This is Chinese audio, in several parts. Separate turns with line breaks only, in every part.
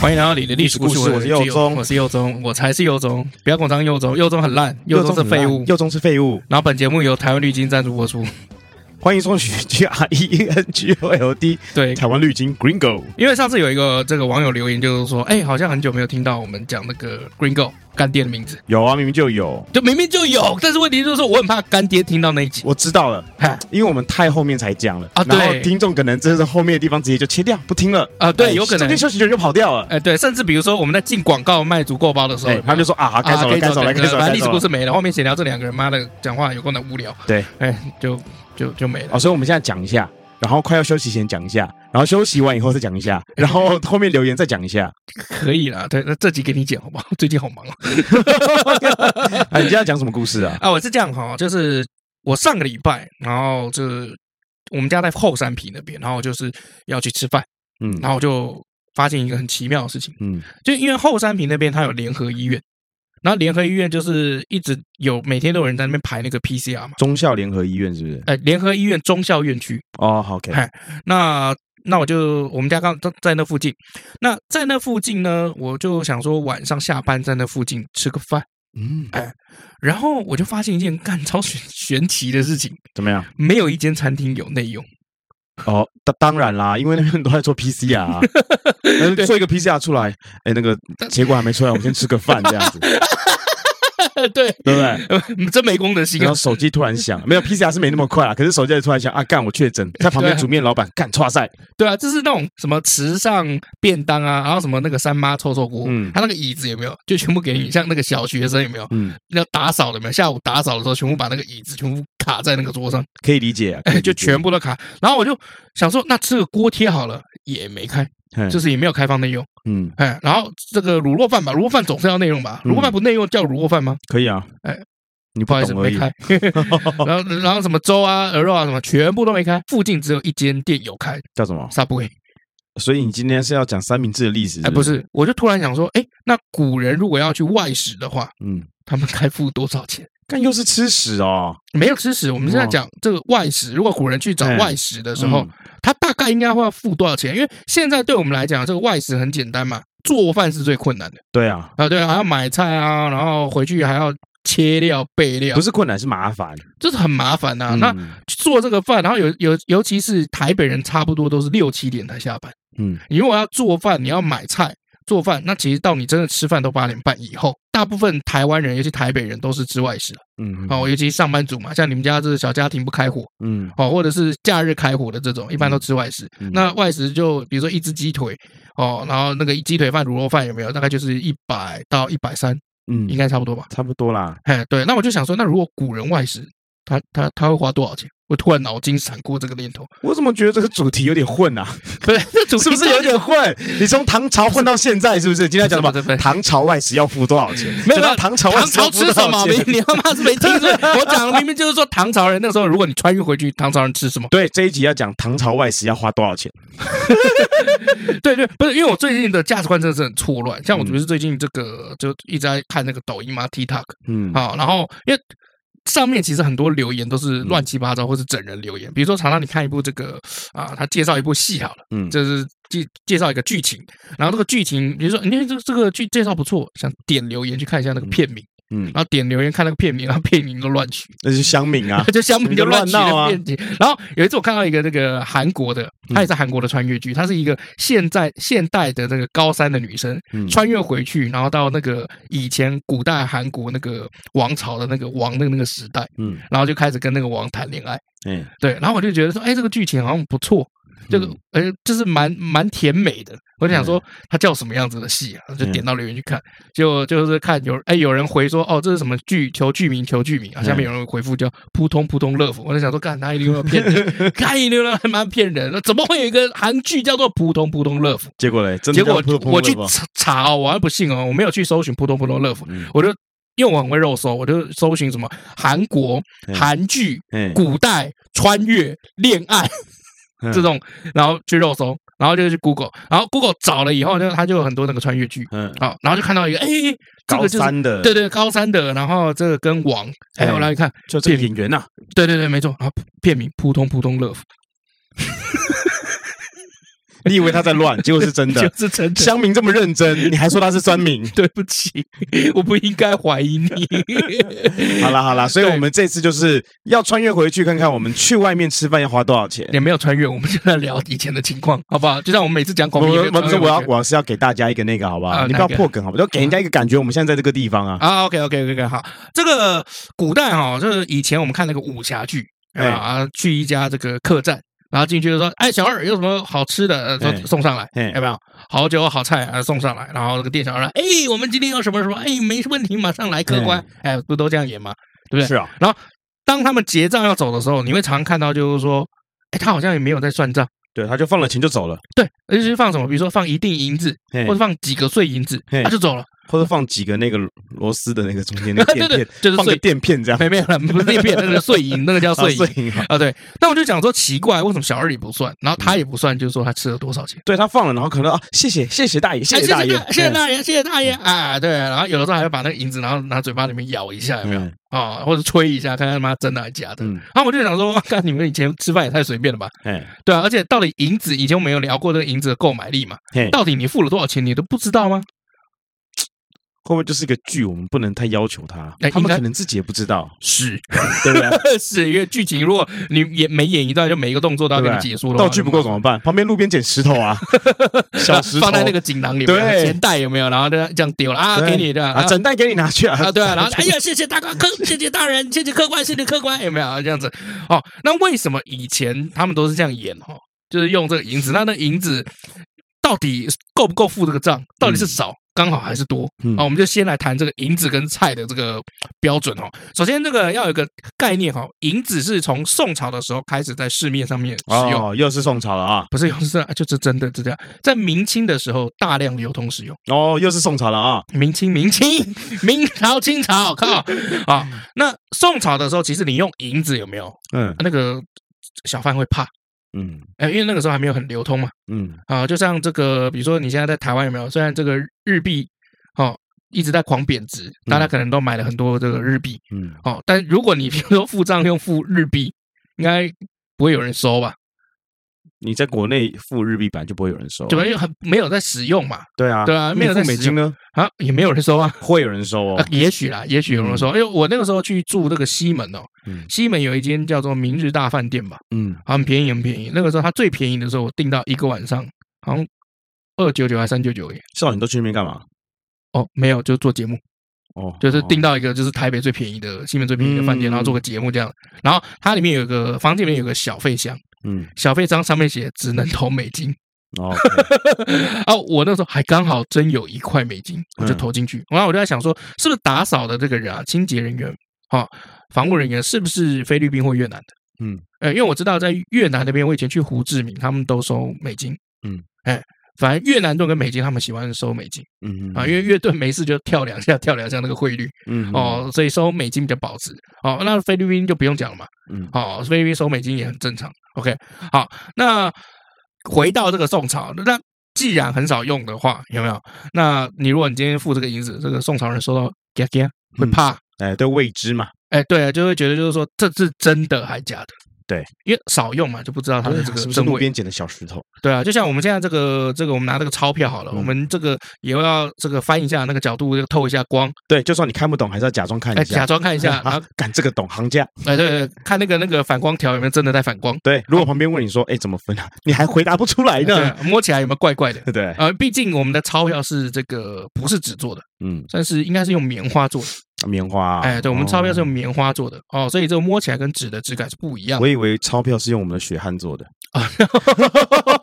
欢迎来到你的历史故
历
事，
史故事我是
佑
佑宗
我是佑宗，我才是佑宗，不要跟我当佑宗，佑宗很烂，佑宗是
很烂
废物。
右中是废物。
然后本节目由台湾绿金赞助播出，
欢迎送去 G R E N G O L D
对，
台湾绿金 Gringo。
因为上次有一个这个网友留言，就是说，哎、好像很久没有听到我们讲那个 Green Go 干爹的名字，
有啊，明明就有。
就明明就有，但是问题就是说我很怕干爹听到那 一集，
我知道了
嗨，
因为我们太后面才讲了
啊
然后
对
听众可能真的是后面的地方直接就切掉，不听了
啊对
哎
有可能
中间休息就就跑掉了。
哎、对，甚至比如说我们在进广告卖足够包的时候，
哎，他们就说啊，好该走了，该走了，该走了，
反正
该
历史
走
故
了。
事没了，后面闲聊这两个人妈的讲话有够的无聊，
对，
哎、就就就没了。
哦，所以我们现在讲一下，然后快要休息前讲一下，然后休息完以后再讲一 下，然后后面留言再讲一下。
可以啦，对，那这集给你剪好不 好？最近好忙哦
啊，你今天要讲什么故事啊？
啊，我是这样哈，就是我上个礼拜，然后就是我们家在后山皮那边，然后就是要去吃饭，
嗯
然后我就发现一个很奇妙的事情，
嗯
就因为后山坪那边它有联合医院，然后联合医院就是一直有每天都有人在那边排那个 PCR 嘛，
忠孝联合医院是不是？
呃，联合医院忠孝院区，
哦好，OK，
嗨那那我就我们家刚在在那附近，那在那附近呢，我就想说晚上下班在那附近吃个饭，
嗯，
然后我就发现一件 干超玄玄奇的事情，
怎么样？
没有一间餐厅有内用，
哦，当当然啦，因为那边都在做 PCR，啊 那就做一个 PCR 出来，哎，那个结果还没出来，我们先吃个 饭这样子，
对，
对不对？
真没公德心
然
啊
后！手机突然响，没有 PCR 是没那么快啊，可是手机突然响啊，干我确诊，在旁边
对
煮面老板干叉赛，
对啊，就是那种什么池上便当啊，然后什么那个三妈臭臭锅，
嗯
他那个椅子有没有，就全部给你，像那个小学生有没有，
嗯，
要打扫有没有，下午打扫的时候，全部把那个椅子全部卡在那个桌上，
可以理解啊，可以
哎，
理解
就全部都卡。然后我就想说，那吃个锅贴好了，也没开，
嗯
就是也没有开放内用，
嗯，
哎，然后这个卤肉饭吧，卤肉饭总是要内用吧，
嗯
卤肉饭不内用叫卤肉饭吗？
可以啊，
哎，
你
不
不
好意思，
懂而
没
已，
开。 然后然后什么粥啊、鹅肉啊什么，全部都没开，附近只有一间店有开
叫什么？
，Subway。
所以你今天是要讲三明治的历史？
哎，不，是，我就突然想说，哎，那古人如果要去外食的话，
嗯，
他们该付多少钱？
干又是吃屎哦，
没有吃屎，我们现在讲这个外食，如果古人去找
哎
外食的时候
嗯，
他大概应该会要付多少钱？因为现在对我们来讲，这个外食很简单嘛，做饭是最困难的
对啊，
啊，对，还要买菜啊，然后回去还要切料备料
不，是困难是麻烦
这是很麻烦呐、啊那
嗯
做这个饭，然后有有，尤其是台北人，差不多都是六七点才下班。
嗯，
你如果要做饭，你要买菜做饭，那其实到你真的吃饭都八点半以后。大部分台湾人，尤其台北人，都是吃外食了
嗯，
哦，尤其上班族嘛，像你们家这小家庭不开火
嗯，
哦，或者是假日开火的这种，一般都吃外食。
嗯
那外食就比如说一只鸡腿哦，然后那个鸡腿饭、卤肉饭有没有？大概就是一百到一百三，
嗯
应该差不多吧。
差不多啦，
哎，对，那我就想说，那如果古人外食，他他他会花多少钱？我突然脑筋闪过这个念头，
我怎么觉得这个主题有点混啊？
不是，这主题
是不是有点混？你从唐朝混到现在，是不是？今天讲什
不是不
么？
是
唐朝外食要付多少钱？
没
讲
有没
到
有
唐朝外
唐
食要
朝
付
吃
多
什么？
少
没
钱？
你他妈是没 听说，我讲的明明就是说唐朝人那时候，如果你穿越回去，唐朝人吃什么？
对，这一集要讲唐朝外食要花多少钱？
对对，不是，因为我最近的价值观真的是很错乱，像我不是最近这个就一直在看那个抖音嘛，TikTok
嗯，
啊，然后因为。上面其实很多留言都是乱七八糟，或是整人留言。比如说，常常你看一部这个啊，他介绍一部戏好了。
嗯，
就是介介绍一个剧情，然后这个剧情，比如说，你哎看这个这个剧介绍不错，想点留言去看一下那个片名，
嗯，
然后点留言看那个片名，然后片名都乱取，，
那是乡民啊
就相比就乱取
乱闹
的
啊嗯
片名。然后有一次我看到一个那个韩国的，它也是韩国的穿越剧，它是一个现在现代的那个高三的女生
嗯
穿越回去，然后到那个以前古代韩国那个王朝的那个王的那个时代，
嗯，
然后就开始跟那个王谈恋爱。
哎，
对，然后我就觉得说，哎，这个剧情好像不错，这个
嗯
呃，就是蛮蛮甜美的。我就想说，它叫什么样子的戏啊？就
嗯
点到留言去看，结果就是看有哎有人回说，哦，这是什么剧？求剧名，求剧名啊！下
嗯
面有人回复叫“扑通扑通乐福”，我就想说，干他一定要骗人， 干一定要他妈骗人了！怎么会有一个韩剧叫做“扑通扑通乐福”？
结果嘞，真的
结果
叫扑通
我
乐
去
福
查查哦，我还不信哦，我没有去搜寻扑通扑通乐福，
嗯
我就因为我很会肉搜，我就搜寻什么韩国
嗯
韩剧、
哎
古代穿越、恋爱
嗯
这种，然后去肉搜，然后就去 Google，然后 Google 找了以后呢，它就有很多那个穿越剧，
嗯，
好，然后就看到一个，哎，这
高
个就是。
三的
对对，高三的，然后这个跟王，还有
哎
来看，
就这个演员呐，啊
对对对，没错，然后片名扑通扑通乐福，
你以为他在乱，结果是真的
就。是真 的。
乡民这么认真，你还说他是酸 民？
对不起，我不应该怀疑你。
好啦好啦，所以我们这次就是要穿越回去看看，我们去外面吃饭要花多少钱。
也没有穿越，我们就在聊以前的情况，好不好？就像我们每次讲
我
恐怖，
我
也没有
我
穿
我
越
要
回去
我是要给大家一个那个好不
啊
好？你不要
哪个
破梗好不好？就给人家一个感觉，我们现在在这个地方啊。
啊，OK OK OK，好，这个古代哈、就是以前我们看那个武侠剧
哎
啊，去一家这个客栈，然后进去就说，哎，小二有什么好吃的，呃
哎
送送上来，
哎
有没有？好酒好菜啊，送上来，然后这个店小二说，哎，我们今天要什么什么，哎，没问题，马上来客官，哎，不都这样演吗？对
是啊，
当他们结账要走的时候，你会常看到就是说，哎，他好像也没有在算账，
对，他就放了钱就走了，
对，而且是放什么，比如说放一锭银子，
嘿
或者放几个碎银子，
嘿
他就走了。
或者放几个那个螺丝的那个中间 那个
对
垫
对
片，，
就是
放个
碎，
垫片这样。
没没有了，不是碎片，那个叫碎银，那 个叫
啊
碎银
碎银啊
啊。对，那我就想说奇怪，为什么小二也不算，然后
嗯
他也不算，就是说他吃了多少钱？
对他放了，然后可能啊，谢谢谢谢大爷，谢
哎
谢大爷，嗯
谢谢大爷，谢谢大爷啊！对，然后有的时候还会把那个银子，然后拿嘴巴里面咬一下，有没有
嗯
啊？或者吹一下，看看他妈真的还是假的。
嗯，
然后我就想说，哇看你们以前吃饭也太随便了吧？
哎
对啊，而且到底银子以前我们有聊过这个银子的购买力嘛？
嘿，
到底你付了多少钱，你都不知道吗？
会不会就是一个剧，我们不能太要求他
哎，
他
应
们
该
可能自己也不知道，
是，
对不对？
是因为剧情，如果你演每演一段，就每一个动作都要
对不
给你
对
解说的话，嗯
道具不够怎么办？旁边路边捡石头 啊，小石头
放在那个锦囊里面，啊
对
钱袋有没有？然后就这样丢了啊，
对
给你的
啊，
啊。
整袋给你拿去啊，
啊，对 啊，然后哎呀，谢谢大哥，客，谢谢大人，谢谢客官，谢谢客官，有没有这样子？哦，那为什么以前他们都是这样演哦？就是用这个银子，那那银子到底够不够付这个账？到底是少刚好还是多？
嗯
啊，我们就先来谈这个银子跟菜的这个标准哦。首先，这个要有一个概念哦，银子是从宋朝的时候开始在市面上面使用，
哦，又是宋朝了啊，
不是用是就是真的是这样，在明清的时候大量流通使用。
哦，又是宋朝了啊，
明清，明清， 明朝、清朝，靠啊！那宋朝的时候，其实你用银子有没有？
嗯
那个小贩会怕，
嗯
哎，因为那个时候还没有很流通嘛。
嗯，
啊，就像这个，比如说你现在在台湾有没有？虽然这个日币哦一直在狂贬值，大家可能都买了很多这个日币
嗯，
哦，但如果你比如说付账用付日币，应该不会有人收吧？
你在国内付日币版就不会有人收，
对吧？因为很没有在使用嘛，
对啊，
对啊没
你
有在
付美
使
金呢，
啊，也没有人收啊。
会有人收
啊
哦，，
也许啦，也许有人说，因为我那个时候去住那个西门哦，
嗯
西门有一间叫做明日大饭店吧，
嗯，
啊很便宜，很便宜。那个时候它最便宜的时候，我订到一个晚上，好像二九九还三九九耶。
少你都去那边干嘛？
哦，没有，就做节目，
哦，
就是订
哦
到一个就是台北最便宜的西门最便宜的饭店，
嗯
然后做个节目这样。然后它里面有个房间里面有个小费箱，
嗯，
小费箱上面写只能投美金。
哦，
啊，我那时候还刚好真有一块美金，
嗯
我就投进去。然后我就在想说，是不是打扫的这个人啊，清洁人员啊，防务人员是不是菲律宾或越南的？
嗯，
呃，因为我知道在越南那边，我以前去胡志明，他们都收美金。
嗯，
哎，反正越南盾跟美金，他们喜欢收美金
嗯
啊，因为越盾没事就跳两下，跳两下那个汇率
嗯，
哦，所以收美金比较保值。哦，那菲律宾就不用讲了嘛。
嗯
哦，菲律宾收美金也很正常。OK，好，那回到这个宋朝，那既然很少用的话，有没有？那你如果你今天付这个银子，这个宋朝人收到嘎嘎会
嗯
怕，
哎，对未知嘛，
哎、对啊，就会觉得就是说这是真的还假的。
对，啊
因为少用嘛，就不知道 它的这个
是不是
真
路
伪。
边捡的小石头？
对啊，就像我们现在这个这个，我们拿这个钞票好了，
嗯
我们这个也要这个翻一下那个角度，这个透一下光，
对，就算你看不懂，还是要假装看
哎，
一
假
下。
装看一 下，然
啊
后，
干这个懂行家。
哎，对对，对看那个那个反光条有没有真的在反光。
对，如果旁边问你说，哎，怎么分啊？你还回答不出来
对
呢。
啊，摸起来有没有怪怪的？
对对，
呃，毕竟我们的钞票是这个不是纸做的，
嗯，
但是应该是用棉花做的。
棉花、啊。
哎，对，我们
哦
钞票是用棉花做的哦，所以这个摸起来跟纸的质感是不一样的
我以为钞票是用我们的血汗做的，
啊。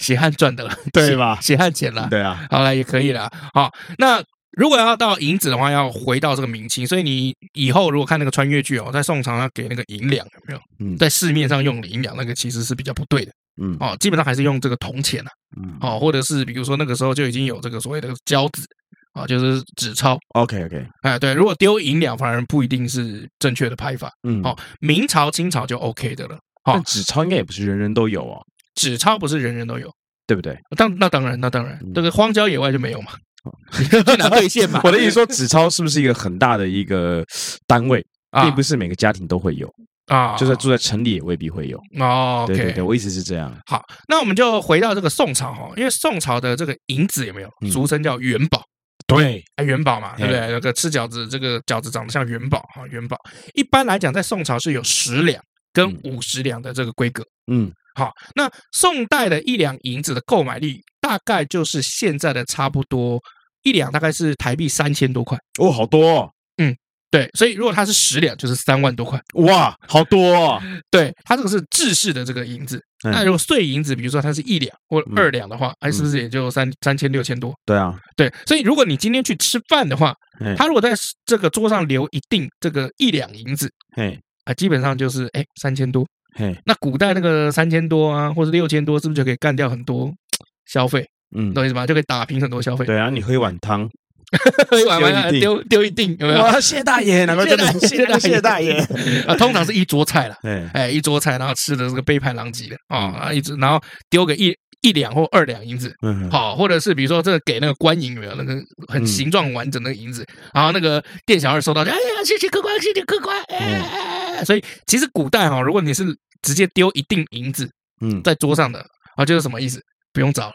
血汗赚的了，
对吧
血血汗钱了，
对啊，
好了，也可以了。好，那如果要到银子的话，要回到这个明清，所以你以后如果看那个穿越剧哦，在宋朝要给那个银两，有没有？
嗯
在市面上用的银两，那个其实是比较不对的
嗯
哦，基本上还是用这个铜钱啊，
嗯
哦，或者是比如说那个时候就已经有这个所谓的交子啊、就是纸钞。
，OK OK，
哎，对，如果丢银两反而不一定是正确的拍法。
嗯，
哦，明朝、清朝就 OK 的了。好
但纸钞应该也不是人人都有哦，
纸钞不是人人都有，
对不对？
当那当然，那当然，
嗯哦
这个荒郊野外就没有嘛，
。
去拿兑现嘛
我的意思说，纸钞是不是一个很大的一个单位，
啊
并不是每个家庭都会有，
啊，
就算住在城里也未必会有。
哦
对对
，OK，
对，我意思是这样。
好，那我们就回到这个宋朝哈，因为宋朝的这个银子有没有
嗯
俗称叫元宝？
对，
哎，元宝嘛，
哎
对不对？那个吃饺子，这个饺子长得像元宝哈，元宝。一般来讲，在宋朝是有十两跟
嗯
五十两的这个规格。
嗯，
好，那宋代的一两银子的购买力大概就是现在的差不多一两，大概是台币三千多块。
哦，好多哦，
对，所以如果它是十两，就是三万多块。
哇，好多哦，
对，它这个是制式的这个银子。
嗯
那如果碎银子，比如说它是一两或
嗯
二两的话，哎，是不是也就三三千六千多？
对啊，
对，所以如果你今天去吃饭的话
嗯，
他如果在这个桌上留一定这个一两银子
嘿，
啊，基本上就是哎三千多。
嘿，
那古代那个三千多啊，或者六千多，是不是就可以干掉很多消费？
嗯
你，懂我意思吗？就可以打平很多消费。
对啊，你喝一碗汤，
玩
丢一
完
定
丢丢一定有没有？
哇，谢大爷， 难怪真的
谢大爷
谢大爷，
啊，通常是一桌菜啦，
哎，
哎，一桌菜，然后吃的这个杯盘狼藉的啊，啊一直然后丢个一一两或二两银子，
嗯，
好，或者是比如说这个给那个官银有没有那个很
嗯
形状完整的银子，然后那个店小二收到就哎呀谢谢客官谢谢客官，哎
嗯
哎哎，所以其实古代哈、如果你是直接丢一锭银子
嗯，
在桌上的啊，就是什么意思？不用找了。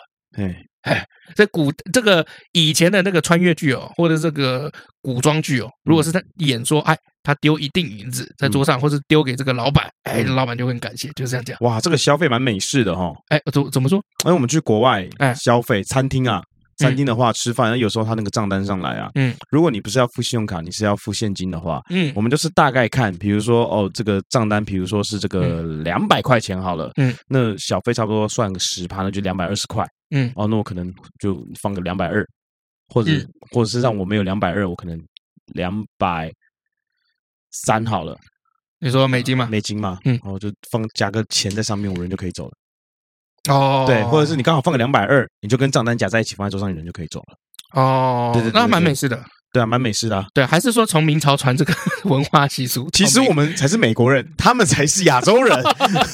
哎，
在古这个以前的那个穿越剧哦，或者这个古装剧哦，如果
嗯
是他演说，哎，他丢一锭银子在桌上，或是丢给这个老板，哎，
嗯
老板就会很感谢，就是这样讲。
哇，这个消费蛮美式的哈。
哎，怎怎么说？
因为我们去国外
哎
消费餐厅啊，餐厅的话吃饭，那有时候他那个账单上来啊，
嗯，
如果你不是要付信用卡，你是要付现金的话，
嗯
我们就是大概看，比如说哦，这个账单，比如说是这个两百块钱好了，
嗯，
那小费差不多算个十趴，那就两百二十块，
嗯，
哦，那我可能就放个两百二，或者、
嗯
或者是让我没有两百二，我可能两百三好了，
你说美金嘛？
美金嘛，
嗯
然后就放加个钱在上面，我人就可以走了。
哦，
对，或者是你刚好放个两百二，你就跟账单夹在一起放在桌上，你人就可以走了。
哦，
对对对对
那蛮美式的。
对啊，蛮美式的、啊。
对，还是说从明朝传这个 文化习俗？
其实我们才是美国人，他们才是亚洲人。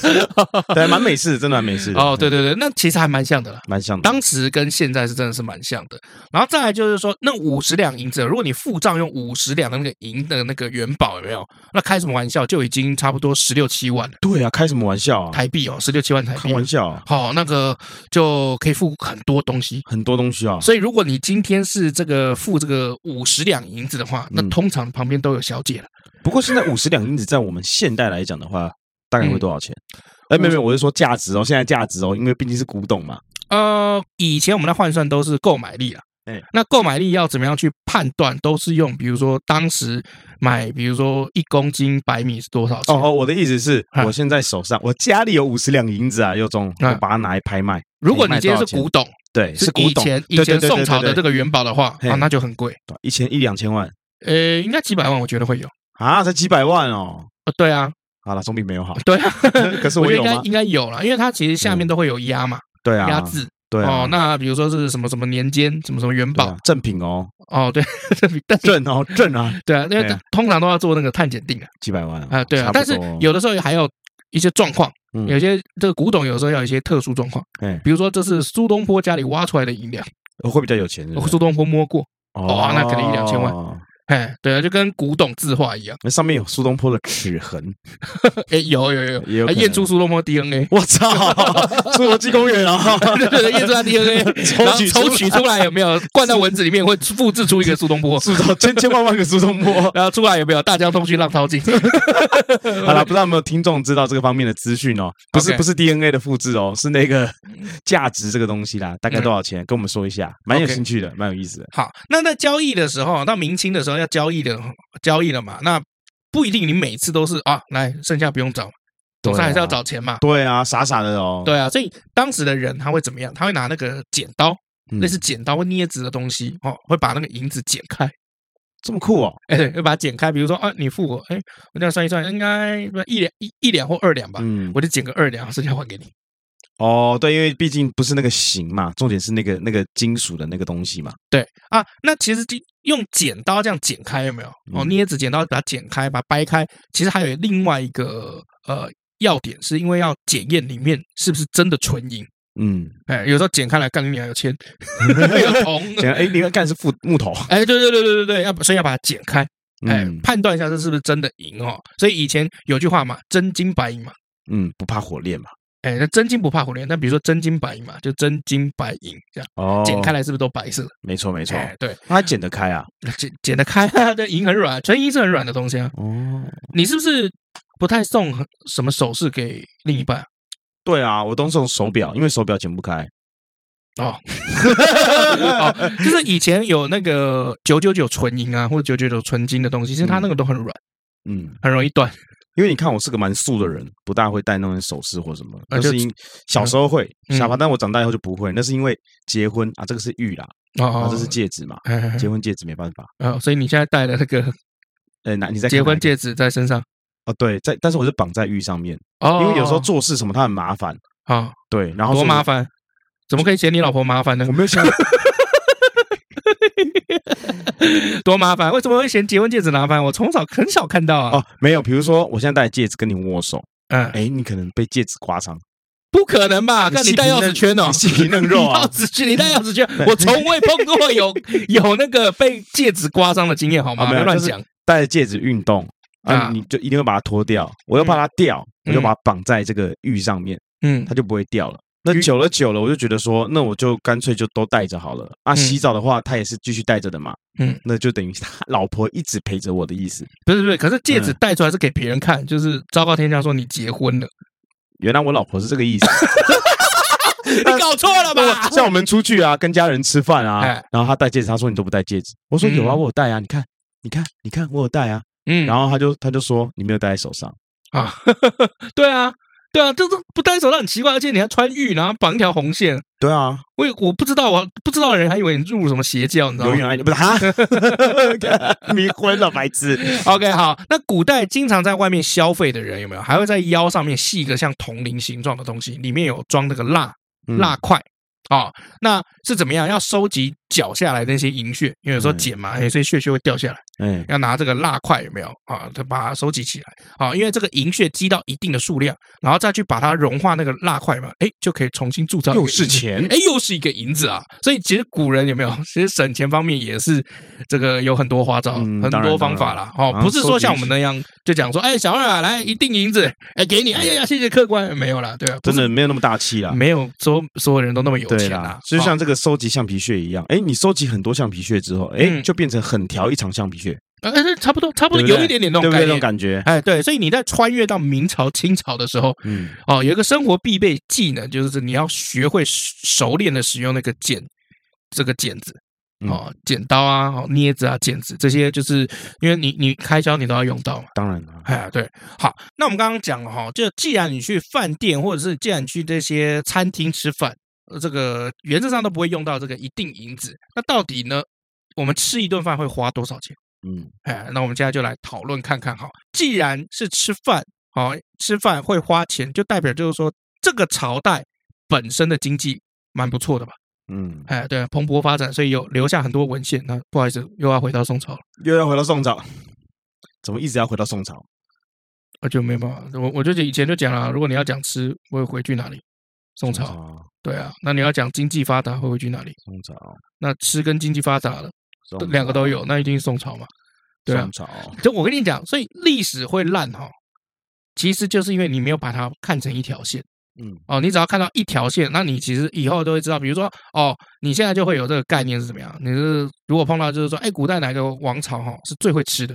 对，蛮美式的，真的蛮美式的。嗯
哦，对，对对，那其实还蛮像的啦。
蛮像的。
当时跟现在是真的是蛮像的。然后再来就是说，那五十两银子，如果你付账用五十两的那个银的那个元宝有没有？那开什么玩笑，就已经差不多十六七万了
对啊，开什么玩笑啊？
台币哦，十六七万台
开
币。
玩笑、啊，
好、那个就可以付很多东西。
很多东西啊。
所以如果你今天是这个付这个五十两银子的话，那
嗯
通常旁边都有小姐了。
不过现在五十两银子在我们现代来讲的话，大概会多少钱？
嗯
哎、没有没有，我是说价值哦，现在价值哦，因为毕竟是古董嘛。
呃，以前我们的换算都是购买力啊。
哎
那购买力要怎么样去判断？都是用比如说当时买，比如说一公斤白米是多少钱？
哦哦，我的意思是
啊，
我现在手上我家里有五十两银子啊，佑中，
啊
我把它拿来拍卖。
如果你
卖
今天
多
是
少钱
古董，
对，是古
以
董，
前
对
以前宋朝的
对对对
这
对
个元宝的话，
嘿
啊，那就很贵。
对一千一两千万
呃，应该几百万，我觉得会有。
啊，才几百万哦。
呃对啊，
好了，总比没有好。
对啊，
可是
我
我有
觉得应该
吗？嗯
应该有了，因为它其实下面都会有压嘛，
对啊，
压字
对啊，
哦。那比如说是什么什么年间，什么什么元
对
宝
啊正品哦，
哦，对， 但是
正哦，正啊，
对啊，因为
对啊
通常都要做那个碳检定啊。
几百万哦
啊，对啊
差，不
但是
多哦
有的时候还有一些状况，
嗯
有些这个古董有时候要有一些特殊状况，
哎
比如说这是苏东坡家里挖出来的银两，
会比较有钱人
苏东坡摸过，哦那可能一两千万
万。
哎，对啊，就跟古董字 画一样，
哦那上面有苏东坡的齿痕，
哎，有有有
也有可
还
能
验出苏东 坡 DNA。
我操！侏罗纪公园啊，
对对对，验出他 DNA，
抽
然后
取出
抽取出来有 没有灌到蚊子里面，会复制出一个苏东坡，
塑造千千万万个苏东坡。
然后出来有没有大江东去浪淘 尽？
好了，不知道有没有听众知道这个方面的资讯哦？不是
OK 嗯
不是 DNA 的复制哦，是那个价值这个东西啦，大概多少钱？跟我们说一下，蛮有
OK
兴趣的，蛮有意思的。
好，那在交易的时候，到明清的时候要要交易的交易了嘛，那不一定你每次都是啊，来剩下不用找，总是还是要找钱嘛。
对啊，傻傻的哦，
对啊，所以当时的人他会怎么样？他会拿那个剪刀，
嗯
类似剪刀或镊子的东西哦，会把那个银子剪开，
这么酷哦，
哎，会把它剪开。比如说啊，你付我，哎，我这样算一算，应该不一两一一两或二两吧，
嗯，
我就剪个二两，剩下还给你。
哦，对，因为毕竟不是那个形嘛，重点是那个那个金属的那个东西嘛，
对啊，那其实就用剪刀这样剪开有没有？哦，
嗯
镊子、剪刀把它剪开，把它掰开。其实还有另外一个呃要点，是因为要检验里面是不是真的纯银。
嗯，
哎，有时候剪开来，干你娘有铅， 有 铜。
想哎，你看干是木木头，
哎，对对对对对对，要不所以要把它剪开，哎
嗯，
判断一下这是不是真的银哦。所以以前有句话嘛，真金白银嘛，
嗯，不怕火炼嘛，
哎，那真金不怕火炼，但比如说真金白银嘛，就真金白银这样，
哦，
剪开，来是不是都白色的？
没错没错，
哎，对，
它还剪得开啊，
剪剪得开， 这银很软，纯银是很软的东西啊。
哦，
你是不是不太送什么首饰给另一半啊？
对啊，我都送手表，因为手表剪不开，
哦，哦，就是以前有那个九九九纯银啊，或者九九九纯金的东西，其实它那个都很软，
嗯，
很容易断。
因为你看我是个蛮素的人，不大会戴那种首饰或什么，
呃
那
就是
因小时候会
嗯
下巴，但我长大以后就不会，那是因为结婚啊，这个是玉啦，啊
哦，
这是戒指嘛，
哎。哎
结婚戒指没办法。
哎哦，所以你现在戴的那个
呃，那你在看
结
哪
婚
一个
戒指在身上，
哦，对，在，但是我是绑在玉上面，
哦，
因为有时候做事什么它很麻烦，
啊
对，然后
多
所以
麻烦，怎么可以嫌你老婆麻烦呢
我，我？没有想，
多麻烦，为什么会嫌结婚戒指麻烦？我从小很少看到啊，
哦，没有，比如说我现在戴戒指跟你握手，
嗯，
哎，你可能被戒指刮伤，
不可能吧？那你戴钥匙圈哦
你，细皮嫩肉啊
钥，匙 圈，你戴钥匙圈，我从未碰过有有那个被戒指刮伤的经验，好吗？
啊
不
没有
要乱
就是
讲。
戴戒指运动
啊
啊，嗯你就一定会把它脱掉，我又怕它掉，我就把它绑在这个玉上面。
嗯
它就不会掉了。那
鱼
久了久了，我就觉得说，那我就干脆就都带着好了。啊，
嗯
洗澡的话，它也是继续带着的嘛。
嗯，
那就等于他 老婆一直陪着我的意思。
不是不是，可是戒指
嗯
戴出来是给别人看，就是昭告天下说你结 婚了，
原来我老婆是这个意 思。
你搞错了吧？
像我们出去 啊，跟家人吃饭啊
哎，
然后她戴戒指，她说你都不戴戒指。我说
嗯
有啊，我有戴啊，你看，你看，你看，我有戴啊。
嗯，
然后她就她就说你没有戴在手上。
啊，对啊，对啊，这这不戴手套很奇怪，而且你还穿玉，然后绑一条红线，
对啊，
我也我不知道，我不知道的人还以为你入什么邪教，你知道
永
吗
远爱你，不 是 哈，迷昏了，白痴。
？OK，好，那古代经常在外面消费的人有没有还会在腰上面系一个像铜铃形状的东西，里面有装那个蜡
嗯
蜡块啊、哦？那是怎么样？要收集脚下来的那些银屑，因为有时候
嗯
剪嘛，有些屑屑会掉下来，
哎，
要拿这个蜡块有没有啊？再把它收集起来啊，因为这个银屑积到一定的数量，然后再去把它融化那个蜡块嘛，哎，就可以重新铸造一
又
个银子。
是钱，
哎，又是一个银子啊！所以其实古人有没有？其实省钱方面也是这个有很多花招、
嗯
很
当
多
然
方法啦。哦，
然
不是说像
收
我
集
们那样就讲说，哎，小二啊，来一锭银子，哎，给你，哎呀呀，谢谢客官，没有啦，对啊，
嗯
不
真
是
的没有那么大气啦。
没有说所有人都那么有
对
钱
啦
啊，，
就
哦
像这个收集橡皮屑一样，哎，你收集很多橡皮屑之后，哎，
嗯
就变成很条一场橡皮屑，
哎，哎差不多，差不
对
多
不
有
对？
一点点那
对
种
不
概
对？
念。
那种感觉，
哎，对，所以你在穿越到明朝、清朝的时候，
嗯，
哦，有一个生活必备技能，就是你要学会熟练的使用那个剪，这个剪子，
嗯
哦，剪刀啊、哦镊子啊、剪子这些，就是因为你你开销你都要用到嘛。
当然了，
哎，对，好，那我们刚刚讲了哈，就既然你去饭店或者是既然你去这些餐厅吃饭，呃这个原则上都不会用到这个一定银子，那到底呢，我们吃一顿饭会花多少钱？
嗯，
哎，那我们现在就来讨论看看哈。既然是吃饭，好、吃饭会花钱，就代表就是说这个朝代本身的经济蛮不错的吧？
嗯，
哎，对，蓬勃发展，所以有留下很多文献。那不好意思，又要回到宋朝了，
又要回到宋朝，怎么一直要回到宋朝？
我就没办法，我我就以前就讲了，如果你要讲吃，我会回去哪里？宋朝。对啊，那你要讲经济发达，会回去哪里？
哦宋朝，
那吃跟经济发达了，
宋朝，
两个都有，那一定是宋朝嘛？对啊
宋，朝，
就我跟你讲，所以历史会烂哈、其实就是因为你没有把它看成一条线。
嗯，
哦，你只要看到一条线，那你其实以后都会知道，比如说哦，你现在就会有这个概念是怎么样？你是如果碰到就是说，哎，古代哪个王朝哈、是最会吃的？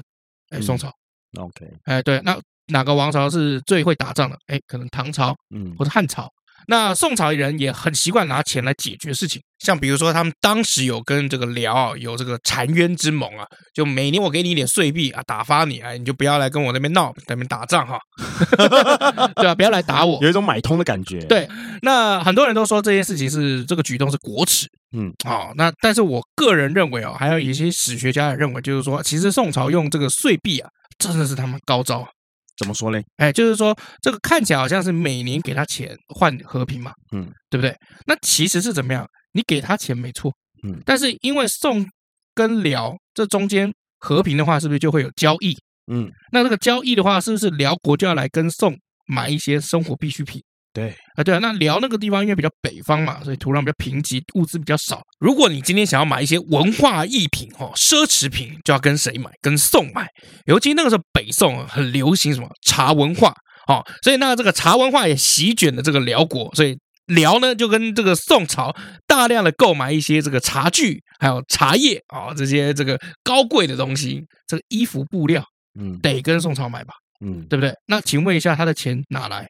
哎，宋
嗯
朝，
那 OK，
哎，对，那哪个王朝是最会打仗的？哎，可能唐朝
嗯
或者汉朝。那宋朝人也很习惯拿钱来解决事情，像比如说他们当时有跟这个辽啊有这个澶渊之盟啊，就每年我给你一点岁币啊，打发你啊，你就不要来跟我那边闹，在那边打仗哈， 对啊吧、不要来打我。
有一种买通的感觉。
对那很多人都说这件事情是这个举动是国耻，
嗯，
哦，那但是我个人认为哦，还有一些史学家也认为，就是说，其实宋朝用这个岁币啊，真的是他妈高招啊。
怎么说嘞？
哎，就是说这个看起来好像是每年给他钱换和平嘛，
嗯，
对不对？那其实是怎么样？你给他钱没错，
嗯
但是因为宋跟辽这中间和平的话，是不是就会有交易？
嗯，
那这个交易的话，是不是辽国就要来跟宋买一些生活必需品？
对，
啊，对啊，那辽那个地方因为比较北方嘛，所以土壤比较贫瘠，物资比较少。如果你今天想要买一些文化艺品哦，奢侈品，就要跟谁买？跟宋买。尤其那个时候北宋啊很流行什么茶文化哦，所以那这个茶文化也席卷了这个辽国，所以辽呢就跟这个宋朝大量的购买一些这个茶具，还有茶叶啊、哦、这些这个高贵的东西，这个衣服布料
嗯
得跟宋朝买吧，
嗯，
对不对？那请问一下，他的钱哪来？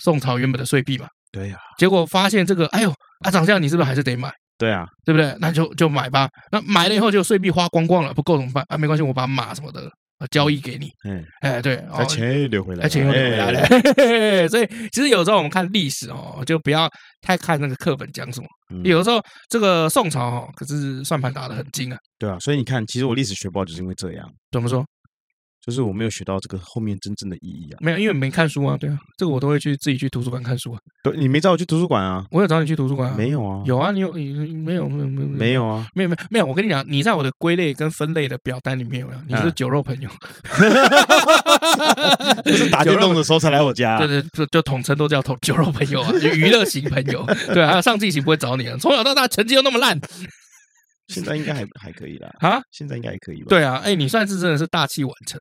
宋朝原本的岁币嘛。
对啊呀，
结果发现这个，哎呦，啊涨价，你是不是还是得买，
对啊，
对不对？那就就买吧。那买了以后就岁币花光光了，不够怎么办？啊，没关系，我把马什么的啊交易给你。
嗯，
哎，对，
把
哦。
钱又留回来了，
而且又回来了，
哎，
嘿嘿嘿 嘿所以其实有时候我们看历史哦，就不要太看那个课本讲什么。
嗯
有的时候这个宋朝哦，可是算盘打得很精啊。
对啊，所以你看，其实我历史学不好，就是因为这样，
怎么说？
就是我没有学到这个后面真正的意义啊。
没有，因为没看书啊。对啊，这个我都会去自己去图书馆看书啊。
对，你没找我去图书馆啊？
我有找你去图书馆啊？
没有啊，
有啊，你有你你没有没有没有
没有啊？
没有没有没有，我跟你讲，你在我的归类跟分类的表单里面有没有？你是
嗯
酒肉朋 友，
就是打电动的时候才来我家啊
对，对，就就统称都叫统酒肉朋友啊，就娱乐型朋 友，对啊，上进型不会找你啊，从小到大成绩又那么烂
现在应 该还还可以啦，
啊，
现在应该还可以吧？，
对啊，哎，你算是真的是大器晚成，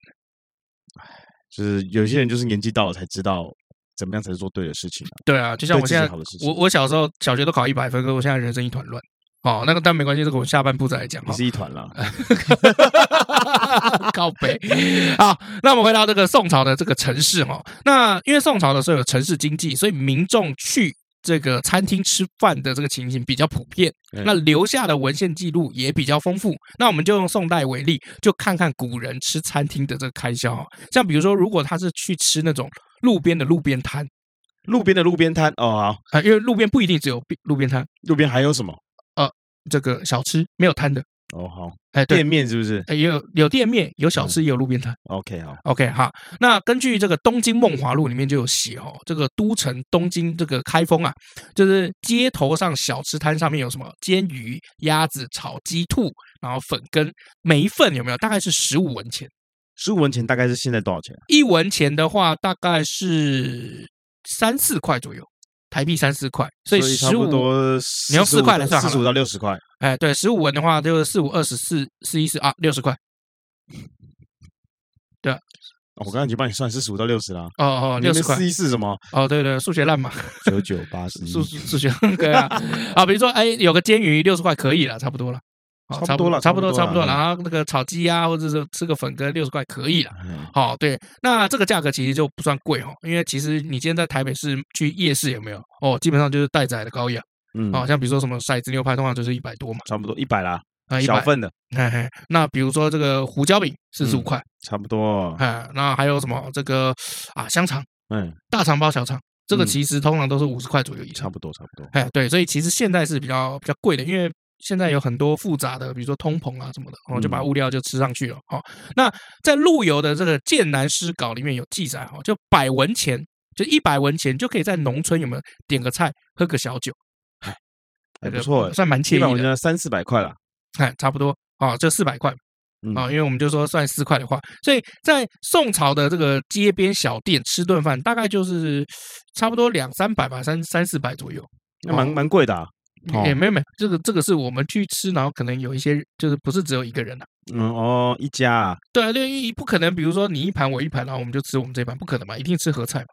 啊
就是有些人就是年纪到了才知道怎么样才是做对的事情啊，
对啊，就像
对
我
自己
现在
好的事情
我。我小时候小学都考一百分，可是我现在人生一团乱。哦，那个但没关系，这个我下半部再来讲。
你
哈。
是一团啦，
靠北。好，那我们回到这个宋朝的这个城市哈、哦，那因为宋朝的时候有城市经济，所以民众去这个餐厅吃饭的这个情形比较普遍，
嗯
那留下的文献记录也比较丰富。那我们就用宋代为例，就看看古人吃餐厅的这个开销、哦。像比如说，如果他是去吃那种路边的路边摊
路边的路边摊哦，好，
啊、因为路边不一定只有路边摊，
路边还有什么？
这个小吃没有摊的，
哦，好，
哎，对
店。面嗯是不是
哎也有有店面，有小吃，也有路边摊。
？OK，好，
OK 哈，那根据这个《东京梦华录》里面就有写哦，这个都城东京这个开封啊，就是街头上小吃摊上面有什么煎鱼、鸭子、炒鸡、兔，然后粉羹，每一份有没有大概是十五文钱，
十五文钱大概是现在多少钱啊？
一文钱的话大概是三四块左右，台币三四块，所以
所以差
十
不
五
多
你用四块来算好了
四十五到六十块，哦
哎对，十五文的话就是四五二十四四一四啊六十块
哦我刚刚已经帮你算四十五到六十啦。
哦哦六十块
四一四什么？
哦对对数学烂嘛。
九九八十一，
数数数学 对啊，啊，比如说哎，有个煎鱼六十块可以了，差不多了。好
差不多了
差不多，
差
差
不
不
多
多。
了嗯
然后那个炒鸡啊，或者是吃个粉羹，六十块可以了。
嗯
好、对，那这个价格其实就不算贵哦，因为其实你今天在台北市去夜市有没有？哦，基本上就是待宰的羔羊。
嗯，
哦，像比如说什么骰子牛排，通常就是一百多嘛，
差不多一百啦，
啊，一
小
百。
份嗯的，
嘿嘿，那比如说这个胡椒饼四十五块，
差不多。
哎，那还有什么这个啊香肠，
嗯，
大肠包小肠，这个
嗯
其实通常都是五十块左右以上
差。不多，差不多。
哎，对，所以其实现在是比较比较贵的，因为现在有很多复杂的，比如说通膨啊什么的，哦，就把
嗯
物料就吃上去了。哦，那在陆游的这个《剑南诗稿》里面有记载，哦，就百文钱，就一百文钱就可以在农村有没有点个菜，喝个小酒，
还
这
不
个
错欸，
算蛮
一百
惬
我
意
觉
的。
得三四百块啦。
哎，差不多啊，哦就四百块
嗯
啊，因为我们就说算四块的话，所以在宋朝的这个街边小店吃顿饭，大概就是差不多两三百吧，三三四百左右。
那蛮蛮贵的啊。哦
也、没有没有，这个这个是我们去吃，然后可能有一些就是不是只有一个人的、啊
嗯哦，一家啊，
对啊，因为不可能，比如说你一盘我一盘，然后我们就吃我们这一盘，不可能嘛，一定吃合菜嘛。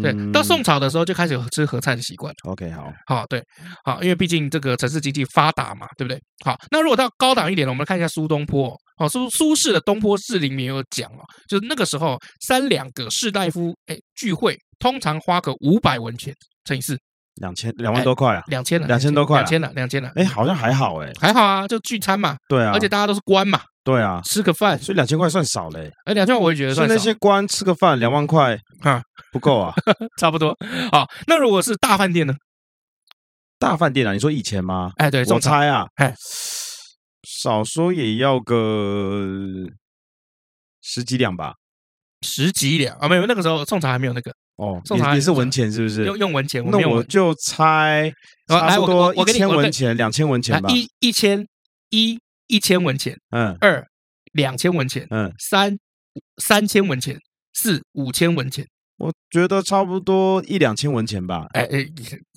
对，
嗯
到宋朝的时候就开始有吃合菜的习惯了。
OK 好，
好，对，好，因为毕竟这个城市经济发达嘛，对不对？好，那如果到高档一点了，我们看一下苏东坡哦哦，苏苏轼的《东坡志》里面有讲哦，就是那个时候三两个士大夫哎聚会，通常花个五百文钱，乘以四，
两千两万
哎
多块啊，
两千了，
2000多块
两千了，两千了，
哎，好像还好哎，
还好啊，就聚餐嘛，
对啊，
而且大家都是官嘛，
对啊，
吃个饭，
所以两千块算少嘞，
哎，两千我也觉得
所以那
算少
些官吃个饭两万块
啊，
不够啊。
差不多。好，那如果是大饭店呢？
大饭店啊，你说以前吗？
哎，对，
我
中餐
猜啊
哎，
少说也要个十几两吧。
十几两啊，没有，那个时候宋朝还没有那个
哦，
送他
也也是
送他
文钱是不是
用？用文钱，我们
那
用
我
文
就猜
哦来
差不
我
多
我我
一
给你
千
我
文
给
钱、两千文
啊
钱吧。
一一千一一千文钱，
嗯
二两千文钱，
嗯，
三三千文钱，四五千文钱，
我觉得差不多一两千文钱吧。
哎哎，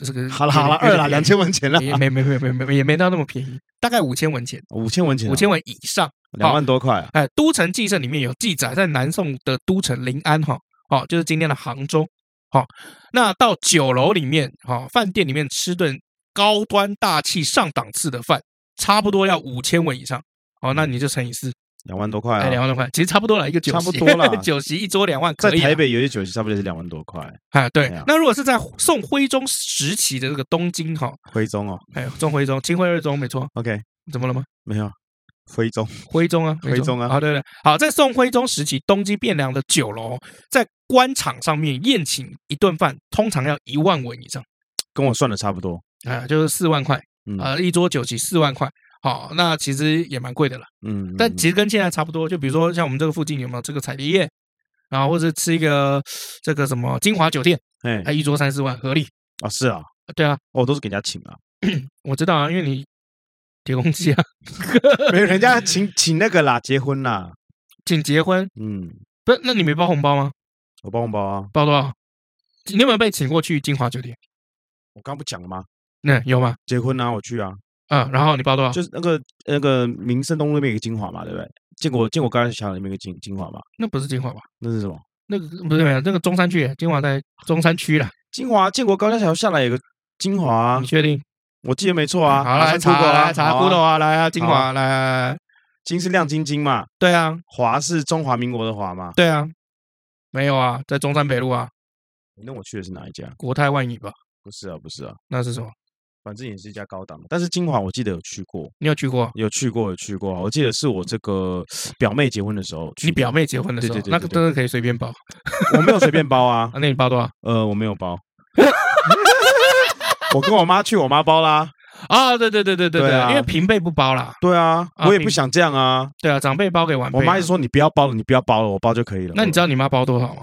这个
好了好了，
有点
二啦，两，千文钱啦
有，点便宜也没没没没没也没到那么便宜，大概五千文钱，
五千文钱啊，
五千文以上。
两万多块啊。
哎，《都城纪事》里面有记载，在南宋的都城临安哈，哦，就是今天的杭州，好、那到酒楼里面，哈、哦，饭店里面吃顿高端大气上档次的饭，差不多要五千文以上，哦，那你就乘以四，
两万多块
哎，两
啊。
万多块，其实差不多了，一个酒席，
差不多啦
酒席一桌两万
在
可以啊啦，
台北有些酒席差不多是两万多块，
啊，对
哎呀。
那如果是在宋徽宗时期的这个东京，哈、
徽宗哦
哎，宋徽宗、清徽二宗，没错，
，OK，
怎么了吗？
没有，徽宗，
徽宗啊，
徽宗啊
好对对，好，在宋徽宗时期，东京汴梁的酒楼在官场上面宴请一顿饭，通常要一万文以上
跟我算的差不多，
啊、就是四万块，
嗯
啊，一桌酒席四万块。好，那其实也蛮贵的了，
嗯，
但
嗯
其实跟现在差不多。就比如说像我们这个附近有没有这个彩蝶宴，然后或者吃一个这个什么金华酒店，
哎
哎，一桌三四万合理。
啊是啊，
对啊，
哦都是给人家请啊，
我知道啊，因为你铁公鸡
嗯
啊，
没有人家请请那个啦，结婚啦，
请结婚，
嗯，
不是？那你没包红包吗？
我包红包啊，
包多少？你有没有被请过去金华酒店？
我刚不讲了吗？
那有吗？
结婚啊，我去啊，
嗯，然后你包多少？
就是那个那个民生东路那边有个金华嘛，对不对？建国建国刚才想里面有个金金华嘛，
那不是金华吧？
那是什么？
那个不是没有，那个中山区，金华在中山区啦。
金华建国高架桥下来有个金华啊
你，确定？
我记得没错啊。
嗯好
马
来
上
查
Google 啊
来查
好啊
Google 啊，来啊，金
好
华来，
金是亮晶晶嘛，
对啊，
华是中华民国的华嘛。
对啊，没有啊，在中山北路啊，
那我去的是哪一家？
国泰万怡吧？
不是啊，不是啊，
那是什么？
反正也是一家高档的。但是金华我记得有去过，
你有去过？
有去过，有去过啊。我记得是我这个表妹结婚的时候去
你
的，
表妹结婚的时候
对对，对
那个
对对
真的可以随便包。
我没有随便包啊
啊，那你包多少？
呃，我没有包。 我跟我妈去，我妈包啦。
啊，对对对对对
对啊
因为平辈不包啦。
对啊，
啊
我也不
平
想这样啊。
对啊，长辈包给晚辈。
我妈一直，说你不要包了，你不要包了，我包就可以了。
那你知
道？
道你妈包多少吗？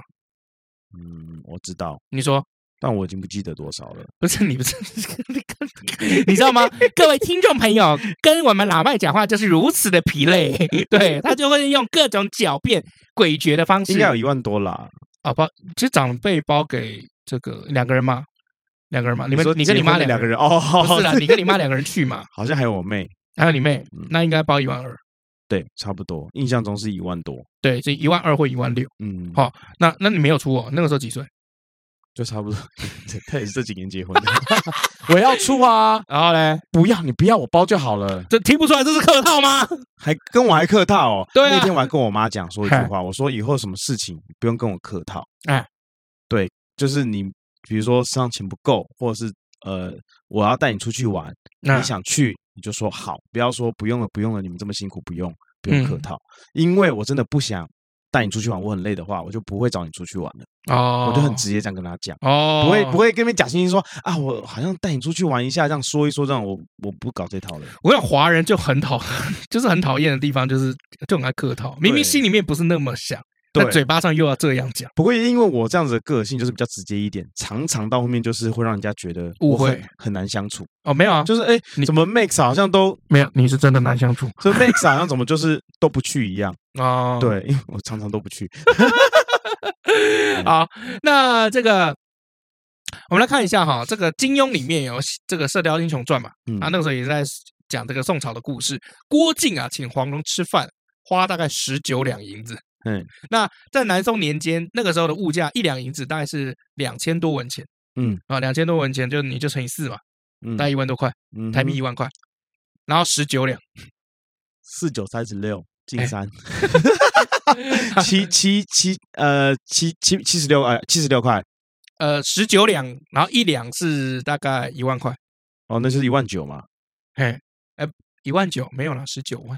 嗯，我知道，
你说。
但我已经不记得多少了。
不是你不是， 你知道吗？各位听众朋友，跟我们老麦讲话就是如此的疲累，对他就会用各种狡辩、诡谲的方式。
应该有一万多啦。
啊包，其实长辈包给这个两个人嘛，两个人嘛，你们
说
你跟你
结
妈
婚的两
个
个
人，
人哦，
不是啦，你跟你妈两个人去嘛，
好像还有我妹，
还有你妹
嗯，
那应该包一万二，
对，差不多，印象中是一万多。
对，这一万二或一万六。
嗯，
好那那你没有出哦，那个时候几岁？
就差不多。 他也是这几年结婚的。 我要出啊！
然后嘞，
不要，你不要我包就好了，
哦这听不出来这是客套吗？
还跟我还客套哦。
对啊
那天我还跟我妈讲说一句话，我说以后什么事情不用跟我客套。
哎，
对，就是你比如说身上钱不够，或者是呃，我要带你出去玩，
那
你想去你就说好，不要说不用了，不用了，你们这么辛苦，不用不用客
嗯
套，因为我真的不想带你出去玩，我很累的话，我就不会找你出去玩了，
哦，
我就很直接这样跟他讲。
哦，
不会不会跟你假惺惺说啊，我好像带你出去玩一下，这样说一说，这样我我不搞这套了。
我想华人就很讨， 就是很讨厌的地方，就是就很爱客套，明明心里面不是那么想，但
对
嘴巴上又要这样讲。
不过因为我这样子的个性就是比较直接一点，常常到后面就是会让人家觉得
误
我很
会
很难相处，
哦，没有啊，
就是哎
你，
怎么 Max 好像都
没有，你是真的难相处
就 Max 好像怎么就是都不去一样。
哦。
对，因为我常常都不去。
好，那这个我们来看一下哈，这个金庸里面有这个《射雕英雄传》嘛，
嗯
啊，那个时候也在讲这个宋朝的故事。郭靖啊，请黄蓉吃饭，花大概十九两银子，
嗯
那在南宋年间，那个时候的物价一两银子大概是两千多文钱
嗯
啊，两千多文钱就你就乘以四嘛，
嗯，
大概一万多块，
嗯
台币一万块，然后十九两，
四九三十六进
哎
三，七七七呃七七七十六呃七十六块
呃，十九两，然后一两是大概一万块，
哦，那就是一万九嘛，
嘿，哎，一万九没有了，十九万，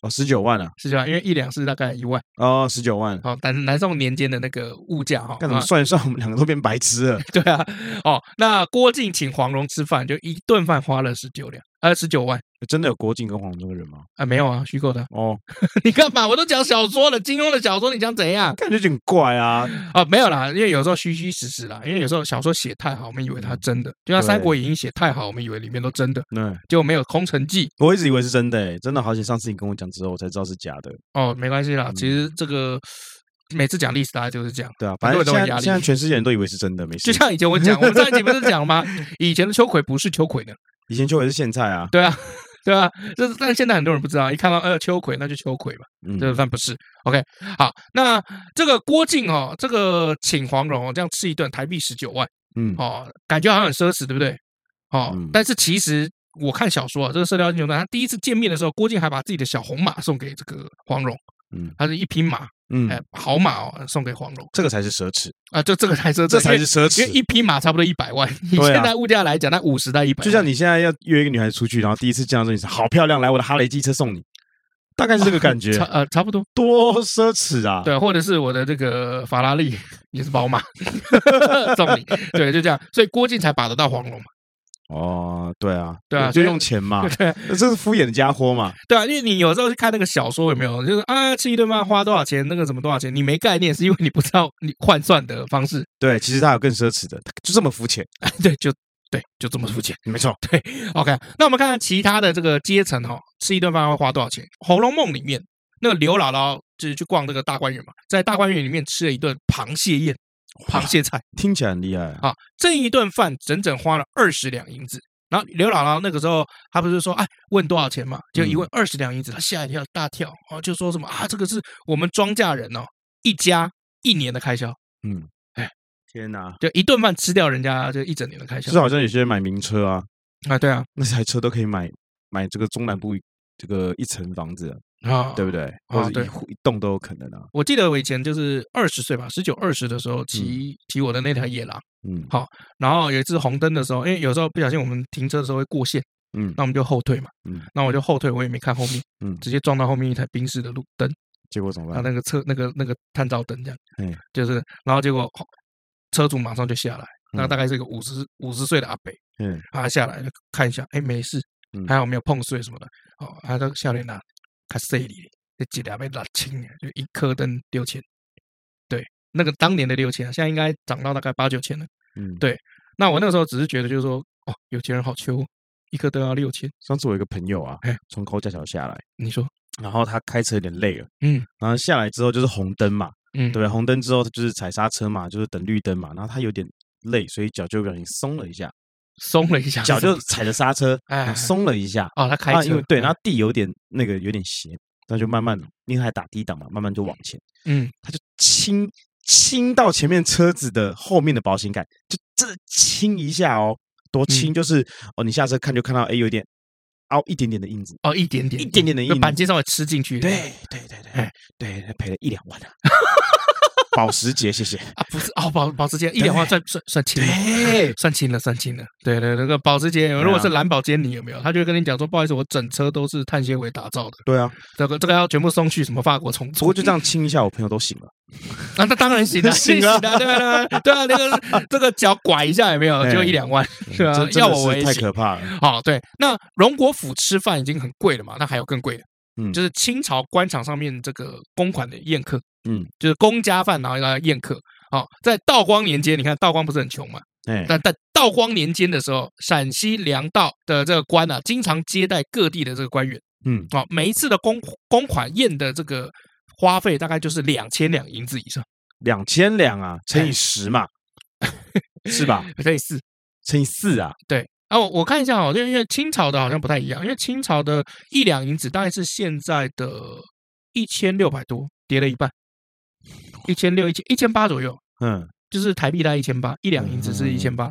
哦十九万啊，
十九万，因为一两是大概一万，
哦十九万，
好，南南宋年间的那个物价哈，
干什么
啊
算一算，我们两个都变白痴了，
对啊，哦，那郭靖请黄蓉吃饭，就一顿饭花了十九两，呃，十九万
真的有郭靖跟黄蓉这个人吗？
啊，没有啊，虚构的 啊。
哦，
你干嘛？我都讲小说了，金庸的小说，你想怎样？
感觉有点怪啊，
啊，没有啦，因为有时候虚虚实实啦，因为有时候小说写太好，我们以为它真的；就像《三
对
国演义》写太好，我们以为里面都真的，
对，
结果没有《空城计》
我一直以为是真的、欸，真的好险！上次你跟我讲之后，我才知道是假的，
哦，没关系啦
嗯。
其实这个每次讲历史，大家就是这样。
对啊，
很
反
多
正
人都
现在
很压力
现在全世界人都以为是真的，没
就
事。
像以前我讲，我们上一集不是 讲吗？以前的秋葵不是秋葵呢，
以前秋葵是苋菜啊，
对啊， 对啊，这但是现在很多人不知道，一看到呃秋葵，那就秋葵嘛。
嗯，
这算不是。OK，好，那这个郭靖哦，这个请黄蓉哦，这样吃一顿台币十九万
嗯，
哦，感觉好像很奢侈，对不对？哦，
嗯
但是其实我看小说啊，这个《射雕英雄传》，他第一次见面的时候，郭靖还把自己的小红马送给这个黄蓉，
嗯
他是一匹马，哎
嗯，，
好马哦，送给黄蓉
这个才是奢侈，
啊，就这个才是
这才是。奢
因为因为
侈。
一匹马差不多一百万，以
对啊
现在物价来讲，那五十到一百，
就像你现在要约一个女孩子出去，然后第一次见到这里是好漂亮，来我的哈雷机车送你，大概是这个感觉，
差呃差不多，
多奢侈啊！
对，或者是我的这个法拉利也是宝马 送你，对，就这样，所以郭靖才把得到黄蓉嘛，
哦，对啊，
对啊
就用钱嘛，
对
这是敷衍的家伙 嘛，
对啊，因为你有时候去看那个小说有没有，就是啊吃一顿饭花多少钱，那个怎么多少钱，你没概念，是因为你不知道你换算的方式，
对，其实他有更奢侈的，就这么肤浅，
对，就对，就这么肤浅。
没错，
OK，那我们看看其他的这个阶层哦，吃一顿饭会花多少钱？《红楼梦》里面那个刘姥姥就是去逛这个大观园嘛，在大观园里面吃了一顿螃蟹宴、螃蟹菜。
听起来很厉害啊，
啊，这一顿饭整整花了二十两银子。然后刘姥姥那个时候，她不是说哎问多少钱嘛，就
嗯
一问二十两银子，她吓一跳大跳啊，就说什么啊这个是我们庄稼人哦一家一年的开销，
嗯，
哎，
天哪，
就一顿饭吃掉人家就一整年的开销
就是啊好像有些人买名车啊，
啊，对啊
那台车都可以买买这个中南部这个一层房子，
啊
对不对？或者
对
一户一栋都有可能啊。
我记得我以前就是二十岁吧，十九二十的时候骑骑我的那台野狼，
嗯
然后有一次红灯的时候，因为有时候不小心我们停车的时候会过线，
嗯，
那我们就后退嘛，
嗯
那我就后退，我也没看后面，
嗯
直接撞到后面一台宾士的路灯。
结果怎么
他
办？
那个车那个那个探照灯这样，
嗯
就是，然后结果车主马上就下来，那
嗯
大概是一个五十五十岁的阿伯，
嗯，
他下来就看一下，哎，没事
嗯，
还好没有碰碎什么的，哦，他到下来拿卡塞里，这几两被拉青了，啊就一颗灯六千，对，那个当年的六千，啊现在应该涨到大概八九千了。
嗯，
对那我那个时候只是觉得就是说，哦，有钱人好穷，一颗灯要六千，
上次我有一个朋友啊
哎，
从高架桥下来，
你说，
然后他开车有点累了，
嗯
然后下来之后就是红灯嘛，
嗯，
对不对？红灯之后他就是踩刹车嘛，就是等绿灯嘛，然后他有点累，所以脚就不小心松了一下，
松了一下，
脚就踩着刹车，
哎
然后松了一下，
哦，他开
啊，因
车
为，对，
嗯
然后地有点那个有点斜，那就慢慢，因为还打低档嘛，慢慢就往前。
嗯，
他就亲亲到前面车子的后面的保险杆，就真的亲一下哦，多亲就是、哦，你下车看就看到哎，有一点凹一点点的印子，
哦，一点点，
一点点的
就
印
板
子，
金稍微吃进去，
对对对对
哎
对，赔了一两万啊， 保时捷，谢谢。
啊，不是哦，保保时捷一两万算算算轻了，
对，啊
算轻了，算轻了。对对，那个保时捷，如果是蓝宝坚尼有没有？他就会跟你讲说，不好意思，我整车都是碳纤维打造的，
对 啊，
这个这个要全部送去什么法国重
不
做
过就这样亲一下，我朋友都醒了。
啊，那当然行 了，
行
啊，
啊
对啊对啊对啊，那个这个脚拐一下有没有？
哎
就一两万，是啊
这，嗯真
要
的
我
是
我也
太
行。
可怕了。
哦，对，那荣国府吃饭已经很贵了嘛，那还有更贵的，
嗯
就是清朝官场上面这个公款的宴客，
嗯，
就是公家饭，然后要宴客。哦，在道光年间，你看道光不是很穷嘛，
哎，
但但道光年间的时候，陕西粮道的这个官啊，经常接待各地的这个官员
嗯，
啊、哦，每一次的公公款宴的这个花费大概就是两千两银子以上，
两千两啊，乘以
哎
十 嘛，是吧？
类似
乘以四 啊，
对。啊，我我看一下哦，因为因为清朝的好像不太一样，因为清朝的一两银子大概是现在的一千六百多，跌了一半。一千六、一千一千八左右，
嗯
就是台币大概一千八，一两银子是一千八。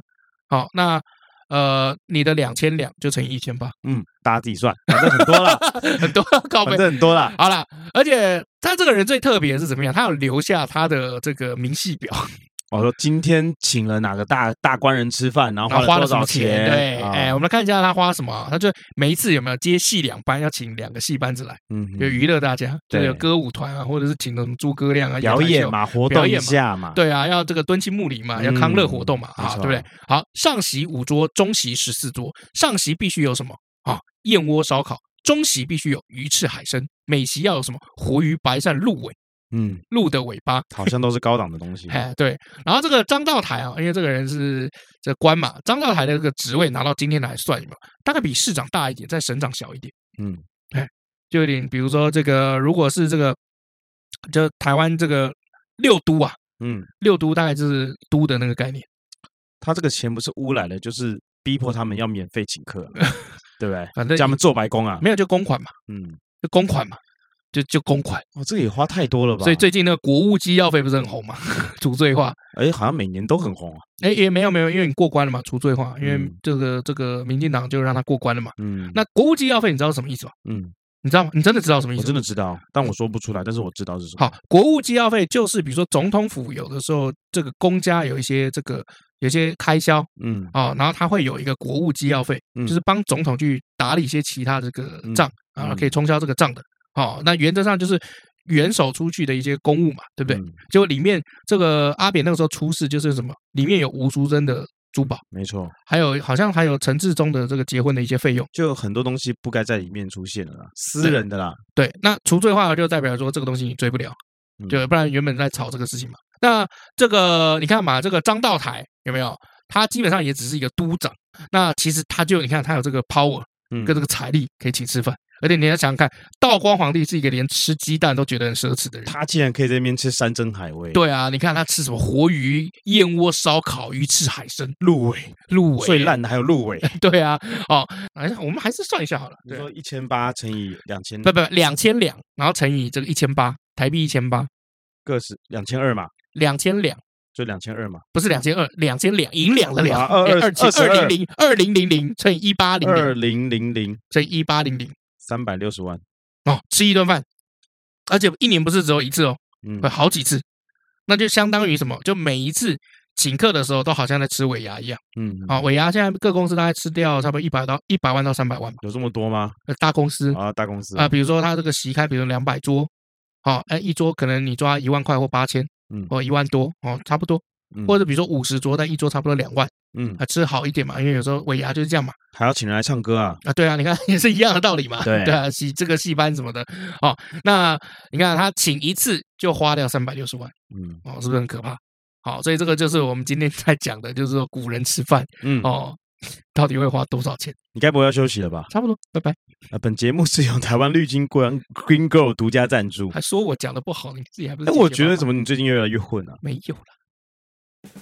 好，那呃，你的两千两就乘以一千八，
嗯，大家自己算，反正很多 了，
很多高倍
反。正很多了。
好啦，而且他这个人最特别的是怎么样？他有留下他的这个明细表，
哦我说今天请了哪个大大官人吃饭，然后
然后
花
啊花
了多
了什
少
么钱？对，
啊
哎，我们来看一下他花什么啊。他就每一次有没有接戏两班，要请两个戏班子来，
嗯
就
哼，
娱乐大家，就
对
有歌舞团啊，或者是请了什么诸葛亮啊
表演。嘛，活
表
动一
演嘛
下嘛，
对啊，要这个敦亲睦邻嘛，要康乐活动嘛，
嗯没
啊，
错
对不对？好，上席五桌，中席十四桌，上席必须有什么啊？燕窝烧烤，中席必须有鱼翅海参，美席要有什么活鱼、白鳝、鹿尾、
嗯，
鹿的尾巴，。
好像都是高档的东西
哎，对，然后这个张道台啊，因为这个人是这官嘛，张道台的这个职位拿到今天来算嘛，大概比市长大一点，在省长小一点，
嗯，
就有点比如说这个，如果是这个，就台湾这个六都啊，
嗯，
六都大概就是都的那个概念，
他这个钱不是污来的，就是逼迫他们要免费请 客，啊对不对？
反正
叫他们做白工啊。
没有就公款嘛，
嗯，
就公款嘛。就就公款，
哦，这个也花太多了吧？
所以最近那个国务机要费不是很红嘛， 除罪化，
哎，好像每年都很红啊。
哎也没有没有，因为你过关了嘛，除罪化，因为
嗯
这个这个民进党就让他过关了嘛。
嗯，
那国务机要费你知道什么意思吗？
嗯，
你知道吗？你真的知道什么意
我
思吗？
真的知道，但我说不出来，但是我知道是什么。
好，国务机要费就是比如说总统府有的时候这个公家有一些这个有一些开销
嗯，
啊、哦，然后他会有一个国务机要费，
嗯
就是帮总统去打理一些其他这个
嗯
账，然后可以冲销这个账的。哦，那原则上就是元首出去的一些公务嘛，对不对？
嗯
就里面这个阿扁那个时候出事就是什么，里面有吴淑珍的珠宝，
没错，
还有好像还有陈志忠的这个结婚的一些费用。
就有很多东西不该在里面出现了啦，私
对
人的啦。
对，那除罪化就代表说这个东西你追不了，
嗯
对，不然原本在吵这个事情嘛。那这个你看嘛，这个张道台有没有？他基本上也只是一个都长，那其实他就你看他有这个 power
嗯，
跟这个财力可以请吃饭，而且你要想想看，道光皇帝是一个连吃鸡蛋都觉得很奢侈的人。
他竟然可以在那边吃山珍海味，，
对啊，你看他吃什么活鱼、燕窝、烧烤、鱼翅、海参、
鹿尾
鹿尾，
最烂的还有鹿尾。
对啊，哦，哎，我们还是算一下好了，
你
对，
说一千八乘以两千，
不不两千两，然后乘以这个一千八，台币一千八，
个是两千二嘛，
两千两。
就两千二嘛，
不是两千二，两千两银两的两，
啊二二
二七
22
二零零二零零零乘以一八零
二
零
零零零
乘以一八零零
三百六十万。
哦，吃一顿饭，而且一年不是只有一次哦，
嗯
会，好几次，那就相当于什么？就每一次请客的时候都好像在吃尾牙一样
嗯，
啊、尾牙现在各公司大概吃掉差不多一百到一百万到三百万吧，
有这么多吗？
呃大公司啊、
啊，大公司，
比如说他这个席开，比如两百桌。哦，哎，一桌可能你抓一万块或八千，
嗯
或一万多，哦，差不多，
嗯
或者比如说五十桌，但一桌差不多两万，
嗯，
啊，吃好一点嘛，因为有时候尾牙就是这样嘛，
还要请人来唱歌啊，
啊，对啊，你看 也是一样的道理嘛，
对
啊，戏这个戏班什么的哦，那你看他请一次就花掉三百六十万
嗯
哦，是不是很可怕？好、所以这个就是我们今天在讲的，就是说古人吃饭
嗯，
哦，到底会花多少钱？
你该不会要休息了吧？
差不多，拜拜。
啊，本节目是由台湾绿金冠 Green Girl 独家赞助。
还说我讲的不好，你自己还不是
哎，
自己
我
觉
觉
得
得
好
怎么你最近越来越混啊？
没有了。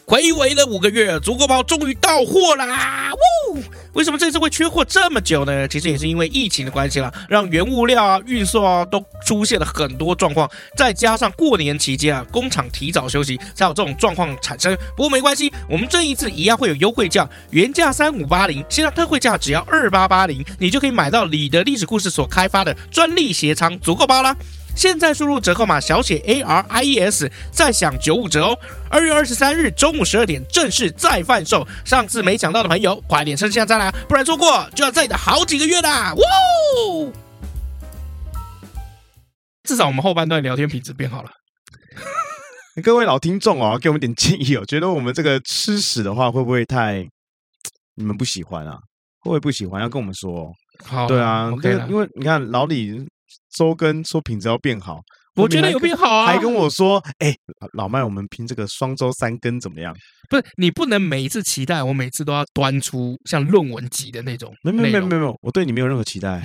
回违了五个月，足够包终于到货啦！呜，为什么这次会缺货这么久呢？其实也是因为疫情的关系啦，让原物料啊、运送啊都出现了很多状况，再加上过年期间啊，工厂提早休息，才有这种状况产生。不过没关系，我们这一次一样会有优惠价，原价三五八零，现在特惠价只要二八八零，你就可以买到李的历史故事所开发的专利鞋仓足够包啦。现在输入折扣码小写 A R I E S，再享九五折哦。二月二十三日中午十二点正式再贩售，上次没抢到的朋友，快点趁现在啦，不然错过就要再等好几个月啦！哇哦！至少我们后半段聊天品质变好了。
各位老听众哦，给我们点建议哦，觉得我们这个吃屎的话会不会太你们不喜欢啊？会不会不喜欢？要跟我们说、哦。
好
对啊，
，OK
就是
了
因。为你看老李周更说品质要变好，
我觉得有
后面
变好啊，
还跟还跟我说，哎，老麦，我们拼这个双周三更怎么样？
不是你不能每一次期待我每次都要端出像论文级的那种
没没
内
没
容
没没有，我对你没有任何期 待。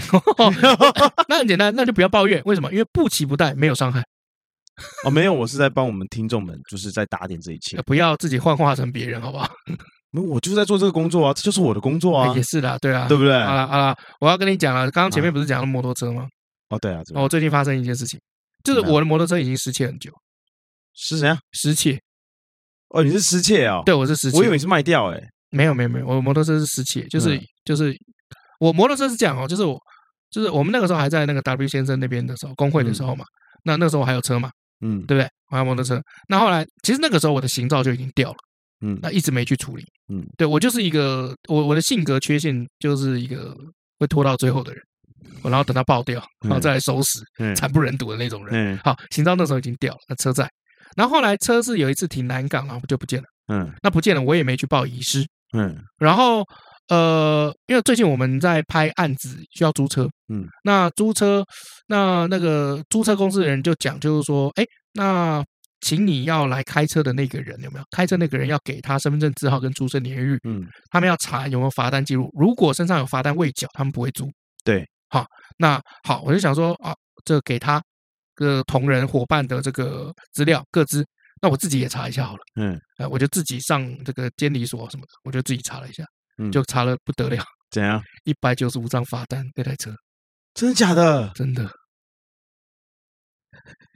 那很简单，那就不要抱怨。为什么？因为不期不待没有伤害，
哦，没有，我是在帮我们听众们，就是在打点这一 切
呃。不要自己幻化成别人，好不好？
没有，我就是在做这个工作啊，这就是我的工作啊
也，是啦，对啊，
对不对？啊
好了好了，我要跟你讲了，刚刚前面不是讲了摩托车吗？
哦，对啊，对
哦，
啊
我最近发生一件事情，就是
怎么样
我的摩托车已经失窃很久，
是怎样？
失窃。
哦，你是失窃哦？
对，，我是失窃。
我以为嗯你是卖掉哎、
没有没有没有，我摩托车是失窃，就是、就是我摩托车是这样哦，就是我就是我们那个时候还在那个 W 先生那边的时候，工会的时候嘛，那那时候我还有车嘛，
嗯
对不对？我还有摩托车。那后来其实那个时候我的行照就已经掉了，
嗯
那一直没去处理。
嗯，
对我就是一个我我的性格缺陷就是一个会拖到最后的人，我然后等它爆掉，然后再来收拾，
嗯
惨不忍睹的那种人。
嗯
好，行照那时候已经掉了，那车在。然后后来车是有一次停南港，然后就不见了。
嗯
那不见了，我也没去报遗失。
嗯
然后呃，因为最近我们在拍案子，需要租车，
嗯，
那租车，那那个租车公司的人就讲，就是说，哎，那请你要来开车的那个人有没有？开车那个人要给他身份证字号跟出生年月日，
嗯，
他们要查有没有罚单记录，如果身上有罚单未缴，他们不会租。
对，
好，那好，我就想说啊，这给他个同仁伙伴的这个资料各资，那我自己也查一下好了。
嗯，
呃，我就自己上这个监理所什么的，我就自己查了一下，
嗯
就查了不得了，
怎样？
一百九十五张罚单，那台车
真的假的？
真的，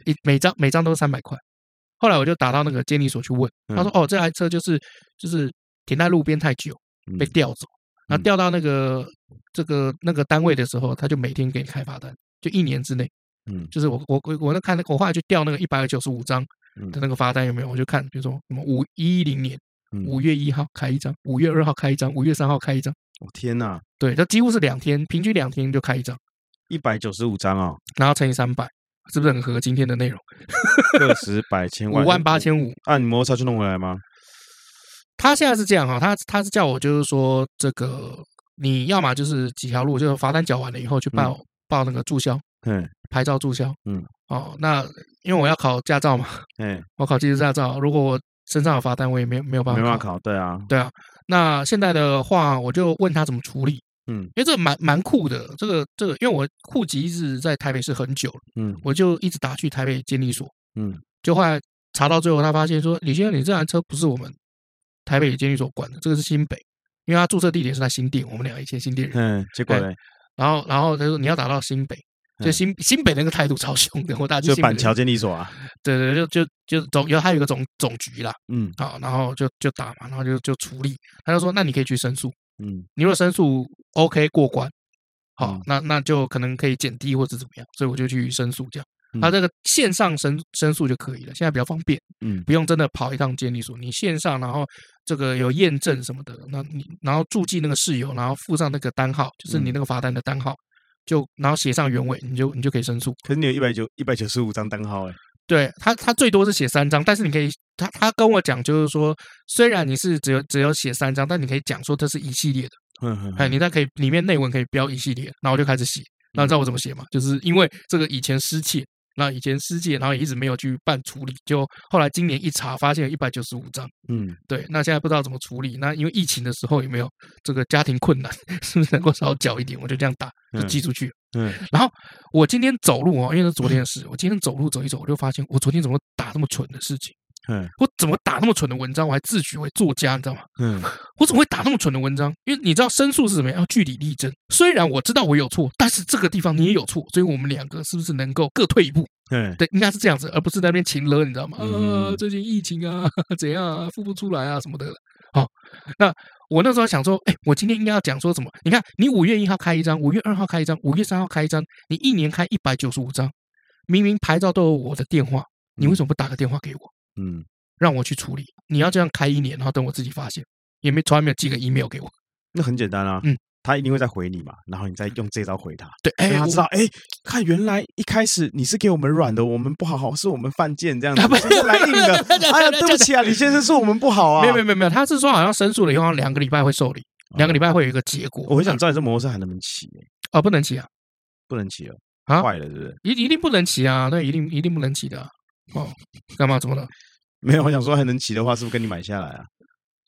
一每张每张都三百块。后来我就打到那个监理所去问，
嗯
他说：“哦，这台车就是就是停在路边太久，被
嗯
调走，然
嗯
后调到那个这个那个单位的时候，他就每天给你开罚单，就一年之内。”
嗯
就是我我我我那看那个我后来去调那个一百九十五张
嗯
的那个罚单有没有，我就看，比如说什么五一零年
嗯
五月一号开一张，五月二号开一张，五月三号开一张，
我天哪，
对，它几乎是两天，平均两天就开一张，
一百九十五张哦，
然后乘以三百，是不是很合今天的内容？
个 十百千万
五万八。千五。
啊，你摩托车去弄回来吗？
他现在是这样哈、他他是叫我就是说这个你要么就是几条路，就是罚单缴完了以后去报、报那个注销，
嗯
牌照注销，
嗯，
哦，那因为我要考驾照嘛，
嗯，
我考技师驾照，如果我身上有罚单，我也没有没有
没
办法
办
考
法。考，对啊，
对啊，那现在的话，我就问他怎么处理，
嗯
因为这个蛮蛮酷的。这个这个，因为我户籍一直在台北市很久了，
嗯
我就一直打去台北监理所，
嗯
就后来查到最后，他发现说，李先生，你这台车不是我们台北监理所管的，这个是新北，因为他注册地点是在新店，我们俩以前新店人。
嗯，结果
哎
嘞，
然后然后他说你要打到新北，就
嗯
新新北那个态度超凶的，我打去
就
新北
板桥，监理所啊，
对对，对就就就总有他有一个总总局啦，
嗯
啊，然后就就打嘛，然后就就处理，他就说那你可以去申诉。
嗯
你如果申诉 OK 过关，好，
嗯
那那就可能可以减低或者怎么样，所以我就去申诉这样。
嗯
他这个线上申申诉就可以了，现在比较方便，
嗯
不用真的跑一趟监理所，你线上然后这个有验证什么的，那你然后注记那个事由，然后附上那个单号，就是你
嗯
那个罚单的单号，就然后写上原委，你就你就可以申诉。
可是你有一百九一百九十五张单号哎，
对他，他最多是写三张，但是你可以，他他跟我讲就是说，虽然你是只有只有写三张，但你可以讲说这是一系列的。
嗯
哎，你那可以里面内文可以标一系列，然后我就开始写。那你知道我
嗯
怎么写吗？就是因为这个以前失窃，那以前失窃，然后也一直没有去办处理，就后来今年一查发现有一百九十五张，
嗯
对，那现在不知道怎么处理。那因为疫情的时候有没有这个家庭困难， 是不是能够少缴一点？我就这样打就
嗯
寄出去了。
嗯
然后我今天走路哦，因为是昨天的事，我今天走路走一走，我就发现我昨天怎么打那么蠢的事情，
嗯
我怎么打那么蠢的文章，我还自诩为作家，你知道吗？
嗯，
我怎么会打那么蠢的文章？因为你知道申诉是什么样，要据理力争。虽然我知道我有错，但是这个地方你也有错，所以我们两个是不是能够各退一步？
嗯
对，应该是这样子，而不是在那边情了，你知道吗？
嗯
呃，最近疫情啊， 怎样啊，付不出来啊什么的。好，那我那时候想说，哎，我今天应该要讲说什么？你看，你五月一号开一张，五月二号开一张，五月三号开一张，你一年开一百九十五张，明明牌照都有我的电话，你为什么不打个电话给我？
嗯
让我去处理。你要这样开一年，然后等我自己发现，也没从来没有寄个 email 给我。
那很简单啊，
嗯
他一定会再回你嘛，然后你再用这招回他，
对，哎、
让他
我
知道，哎，看原来一开始你是给我们软的，我们不好好，是我们犯贱这样子，
啊不
现在来硬 的
这样讲，
哎呀，
这样
对不起啊，李先生，是我们不好啊，
没有没有没有没有，他是说好像申诉了以后两个礼拜会受理，两个礼拜会有一个结果。
哦我很想知道你这摩托车还能不能骑欸，
哦，不能骑啊，
不能骑了，
啊
坏了是不是？
一一定不能骑啊，对，一定一定不能骑的啊、哦，干嘛？怎么了？
没有，我想说还能骑的话，是不是跟你买下来啊？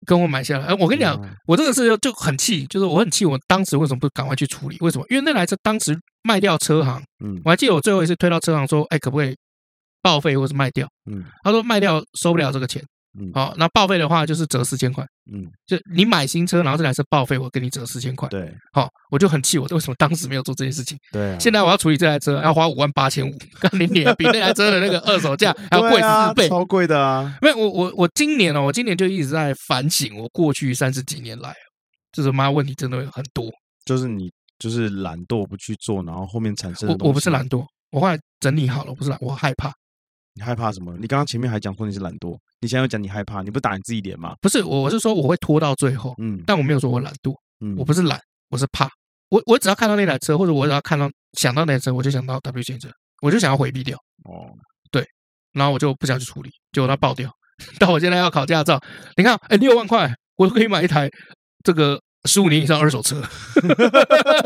跟我买下来。哎、我
我
跟你讲，，我这个事就就很气，就是我很气，我当时为什么不赶快去处理？为什么？因为那台车当时卖掉车行，
嗯
我还记得我最后一次推到车行说，哎，可不可以报废或是卖掉？
嗯
他说卖掉收不了这个钱，
嗯
好、那报废的话就是折四千块，
嗯，
就你买新车，然后这台车报废，我给你折四千块。
对
好、我就很气，我为什么当时没有做这件事情？
对啊，
现在我要处理这台车，要花五万八千五，干你脸比那台车的那个二手价还要贵
对啊
四倍。
超贵的啊，
没有，我我我今年哦，我今年就一直在反省我过去三十几年来，啊就是妈问题真的很多。
就是你就是懒惰不去做，然后后面产生的
我我不是
东西
懒，惰，我后来整理好了，我不是懒，我害怕。
你害怕什么？你刚刚前面还讲说你是懒惰，你现在又讲你害怕，你不打你自己脸吗？
不是，我我是说我会拖到最后，
嗯
但我没有说我懒惰，
嗯，
我不是懒，我是怕。我我只要看到那台车，或者我只要看到想到那台车，我就想到 W 先生，我就想要回避掉，
哦，
然后我就不想去处理，结果它爆掉。 到我现在要考驾照，你看，哎，六万块我都可以买一台这个十五年以上二手车。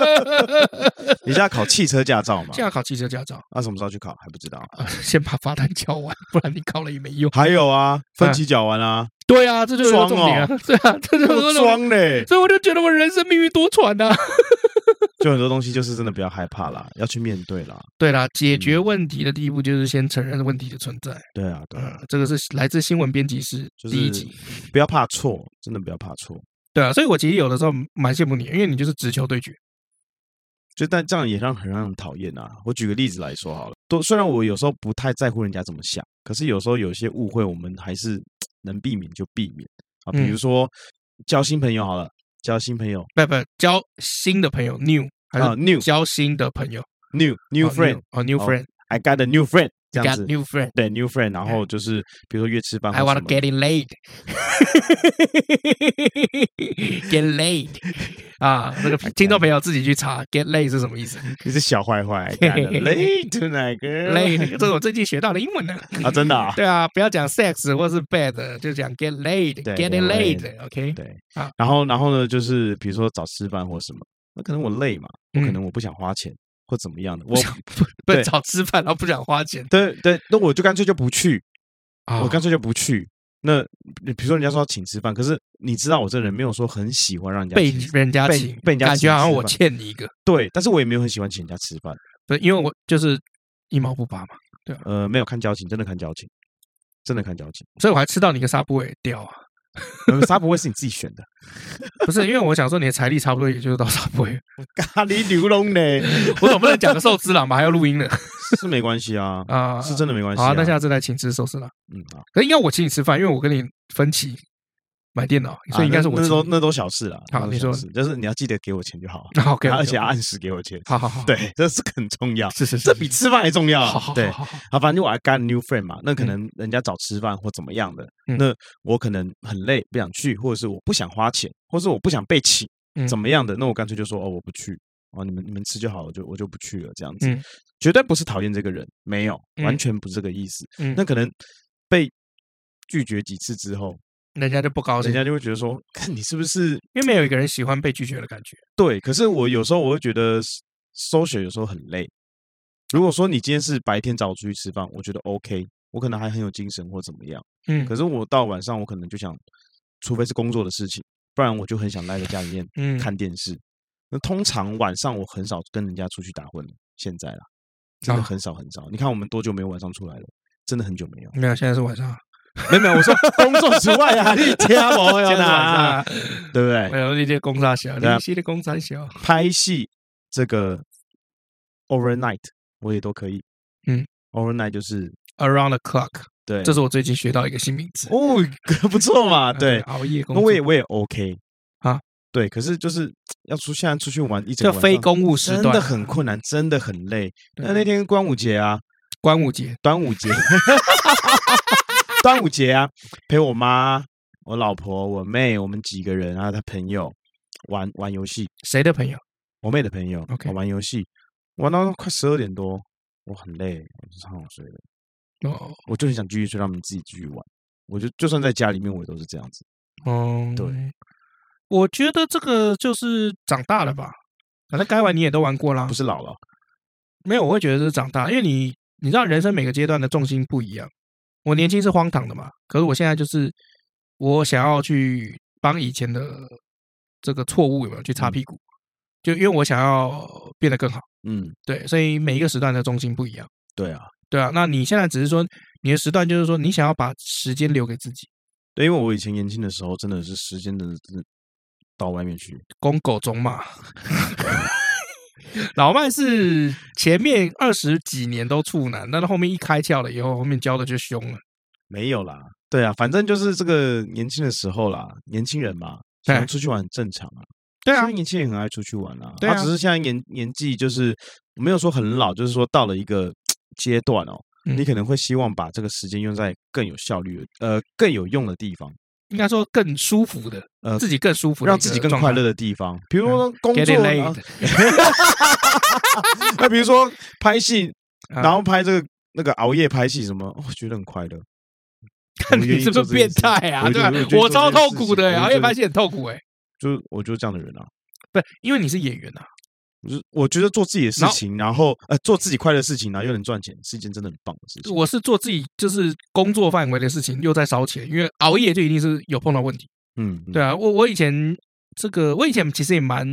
你现在考汽车驾照嘛
现？在考汽车驾照，
那什么时候去考还不知道。
啊先把罚单交完，不然你考了也没用。
还有啊，分
哎
期缴完啊，
对啊，这就是
装哦
重点啊！ 对啊，这就是
我
重点。
装哎嗯嘞，
所以我就觉得我人生命运多舛啊呐、
就很多东西就是真的不要害怕啦，要去面对啦。
对啦，解决问题的第一步就是先承认问题的存在。
对啊，对啊，
嗯，这个是来自新闻编辑室
就是
第一集。
不要怕错，真的不要怕错。
对啊，所以我其实有的时候蛮羡慕你，因为你就是直球对决。
就但这样也让很让人讨厌啊！我举个例子来说好了，都虽然我有时候不太在乎人家怎么想，可是有时候有些误会，我们还是能避免就避免啊。比如
嗯
说、交新朋友好了，交新朋友
不不，交新的朋友 new 还
啊
是
，new
交新的朋友
new new
呃哦
friend，
哦 new
哦
friend
I got a new friend 这样
got
子。
new friend
对 new friend，然后就是比如说约吃饭或
I
什么
wanna
的，
get it late get late 啊，那个
哎
听众朋友自己去查 get late 是什么 意思
你是小坏坏，I got a late tonight girl
？late 这是我最近学到的英 文呢。
啊，真的啊，
对啊，不要讲 sex 或是 bad，就讲 get
对
laid，get
get
laid，OK，、
对
啊
然后然后呢，就是比如说找吃饭或什么，那可能我累嘛，我可
嗯
能我不想花钱或怎么样的，我
不想不不
对
找吃饭，然后不想花钱
对对，那我就干脆就不去，
啊
我干脆就不去。那你比如说人家说要请吃饭，可是你知道我这人没有说很喜欢让人家
被
请吃
人家
被
请，
被人家
感
请
觉好像
吃
我
饭
欠你一个，
对，但是我也没有很喜欢请人家吃饭。
对，因为我就是一毛不拔嘛，
呃，没有看交情，真的看交情，真的看交情。
所以我还吃到你个纱布尾掉啊，
呃沙不会是你自己选的，
不是因为我想说你的财力差不多，也就是到纱布尾，
咖喱牛龙 呢
我总不能讲个寿司郎吧，还要录音呢
是没关系啊，
啊，
是真的没关系、
好啊，那
像
下次来请吃寿司郎，
嗯啊，
可应该我请你吃饭，因为我跟你分期买电脑，所以应该是我
啊那那
请
都
你。
那都小事了。
好
那都
你
小
说
事就是你要记得给我钱就好，
那 OK，
而且要按时给我钱。
好好好，，
对，这是很重要，
是是是，
这比吃饭还重要啊。
好好
对
好，好好，
啊，反正我还干 new friend 嘛，那可能人家找吃饭或怎么样的，
嗯
那我可能很累不想去，或者是我不想花钱，或者是我不想被请，
嗯
怎么样的，那我干脆就说哦我不去，哦你们你们吃就好，我就我就不去了这样子，
嗯
绝对不是讨厌这个人，没有，完
嗯
全不是这个意思。
嗯，
那可能被拒绝几次之后，
人家就不高兴
人，家就会觉得说，看你是不是
因为没有一个人喜欢被拒绝的感觉。
对？可是我有时候我会觉得 s- 搜血有时候很累。如果说你今天是白天找我出去吃饭，我觉得 OK，我可能还很有精神或怎么样。
嗯
可是我到晚上，我可能就想，除非是工作的事情，不然我就很想赖在家里面
嗯，
看电视。那通常晚上我很少跟人家出去打混了，现在啦，真的
啊。
很少很少。你看我们多久没有晚上出来了？真的很久没有
没有，现在是晚上，
没有 没有，我说工作之外啊，你听我
现
有哪？
在是晚上，
啊
哎
对不对
没？有那些公差小，
对啊
那些的公差小，
拍戏这个 overnight 我也都可以。
嗯
，overnight 就是
around the clock，
对，
这是我最近学到一个新名词。
哦，不错 嘛，对。
熬夜啊工
那我也
作，
我也 OK
啊，
对，可是就是要出现在出去玩一整
这
晚上
非公务时
真
段啊
的很困难，真的很累。
对
那那天端午节啊，
端午节，
端午 节，端午节啊，陪我妈、我老婆、我妹，我们几个人，啊然后她朋友玩玩游戏，
谁的朋友？
我妹的朋友
OK
我玩游戏，玩到快十二点多，我很累，我就上床睡了。
哦，
我就很想继续睡，让他们自己继续玩。我就就算在家里面，我也都是这样子。
嗯，
对。
我觉得这个就是长大了吧，反正该玩你也都玩过啦
不。是老了，
没有，我会觉得是长大，因为你你知道人生每个阶段的重心不一样。我年轻是荒唐的嘛，可是我现在就是我想要去帮以前的这个错误有没有去擦屁股，就因为我想要变得更好，
嗯，
对，所以每一个时段的重心不一样，
对啊，
对啊。那你现在只是说你的时段就是说你想要把时间留给自己，
对，因为我以前年轻的时候，真的是时间真的真的到外面去，
公狗中骂。 老麦是前面二十几年都处男，但是后面一开窍了以后，后面教的就凶了。
没有啦。对啊，反正就是这个年轻的时候啦，年轻人嘛，
对
想出去玩很正常啊。
对
现
啊
在，年轻人很爱出去玩啊，
对啊
他只是现在年年纪就是没有说很老，就是说到了一个阶段哦，
嗯
你可能会希望把这个时间用在更有效率的、呃更有用的地方，
应该说更舒服的，
呃
自己更舒服的
让
一个状态，嗯
自己更快乐的地方，比如说工
，get
作
it
啊，
laid
那比如说拍 戏，
啊
然后拍这个那个熬夜拍戏什么，我觉得很快乐。
看你是不是变态啊？对吧？我超痛苦的，欸熬夜拍戏很痛苦哎。
就是我就是这样的人啊。
不，因为你是演员啊，
我就是我觉得做自己的事
然后
情，然后呃做自己快乐的事情，然后又能赚钱，是一件真的很棒的事情。
我是做自己就是工作范围的事情，又在烧钱，因为熬夜就一定是有碰到问题。
嗯，嗯
对啊，我我以前这个，我以前其实也蛮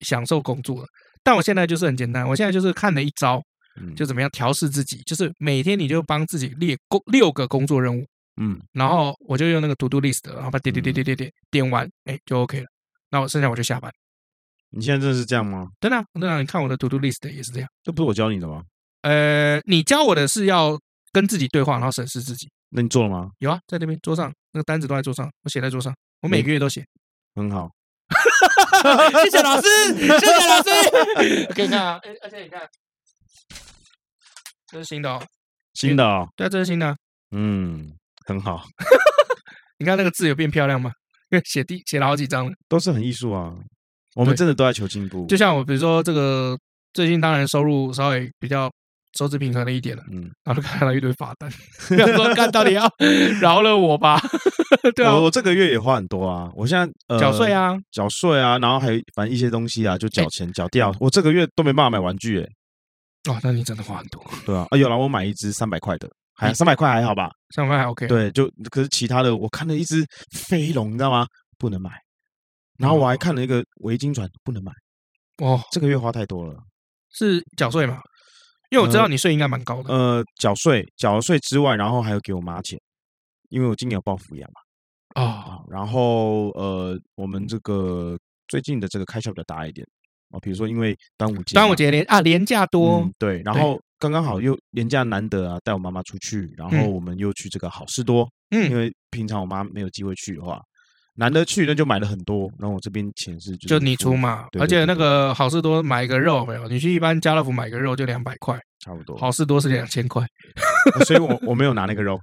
享受工作的，但我现在就是很简单，我现在就是看了一招，
嗯
就怎么样调试自己，就是每天你就帮自己列工六个工作任务，
嗯
然后我就用那个 to do list，然后把点点点点点点点完，哎，就 OK 了。那我剩下我就下班。
你现在真的是这样吗？
真的啊，真的啊，你看我的 to do list 也是这样。
这不是我教你的吗？
呃，你教我的是要跟自己对话，然后审视自己。
那你做了吗？
有啊，在那边桌上，那个单子都在桌上，我写在桌上，我每个月都写。
很好，
谢谢老师，谢谢老师。 可以看啊，哎而且你看，这是新的哦，
新的哦，
对啊，这是新的啊、
嗯，很好，
你看那个字有变漂亮吗？因为写第写了好几张了。
都是很艺术啊。我们
对
真的都在求进步，
就像我，比如说这个最近当然收入稍微比较收支平衡了一点了，
嗯，
然后就看到一堆罚单， 想说看到底要饶了我吧？ 对啊
我，我这个月也花很多啊，我现在呃
缴税，啊，哎
缴税啊，然后还有反正一些东西啊，就缴钱
嗯
缴掉，我这个月都没办法买玩具诶，
哦，那你真的花很多，
对啊，啊有了，我买一只三百块的，
哎
还三百块还好吧？
上班还 OK，
对，就可是其他的，我看了一只飞龙，你知道吗？不能买，然后我还
嗯
看了一个围巾船，不能买，
哦，
这个月花太多了。
是缴税嘛？因为我知道你税应该蛮高的，
呃，缴税，缴了税之外，然后还有给我妈钱，因为我今年有报抚养嘛。
哦，
啊，然后呃，我们这个最近的这个开销比较大一点哦，比如说因为端午节嘛，
端午节连啊廉价多，
嗯对，然
对
后刚刚好又廉价难得啊，带我妈妈出去，然后
嗯
我们又去这个好事多，因
嗯，
为平常我妈没有机会去的话，难得去那就买了很多，然后我这边钱是
就是你出嘛，
对对
而且
对
那个好事多买个肉没有？你去一般家乐福买个肉就两百块，
差不多，
好事多是两千块
呃所以我我没有拿那个 肉，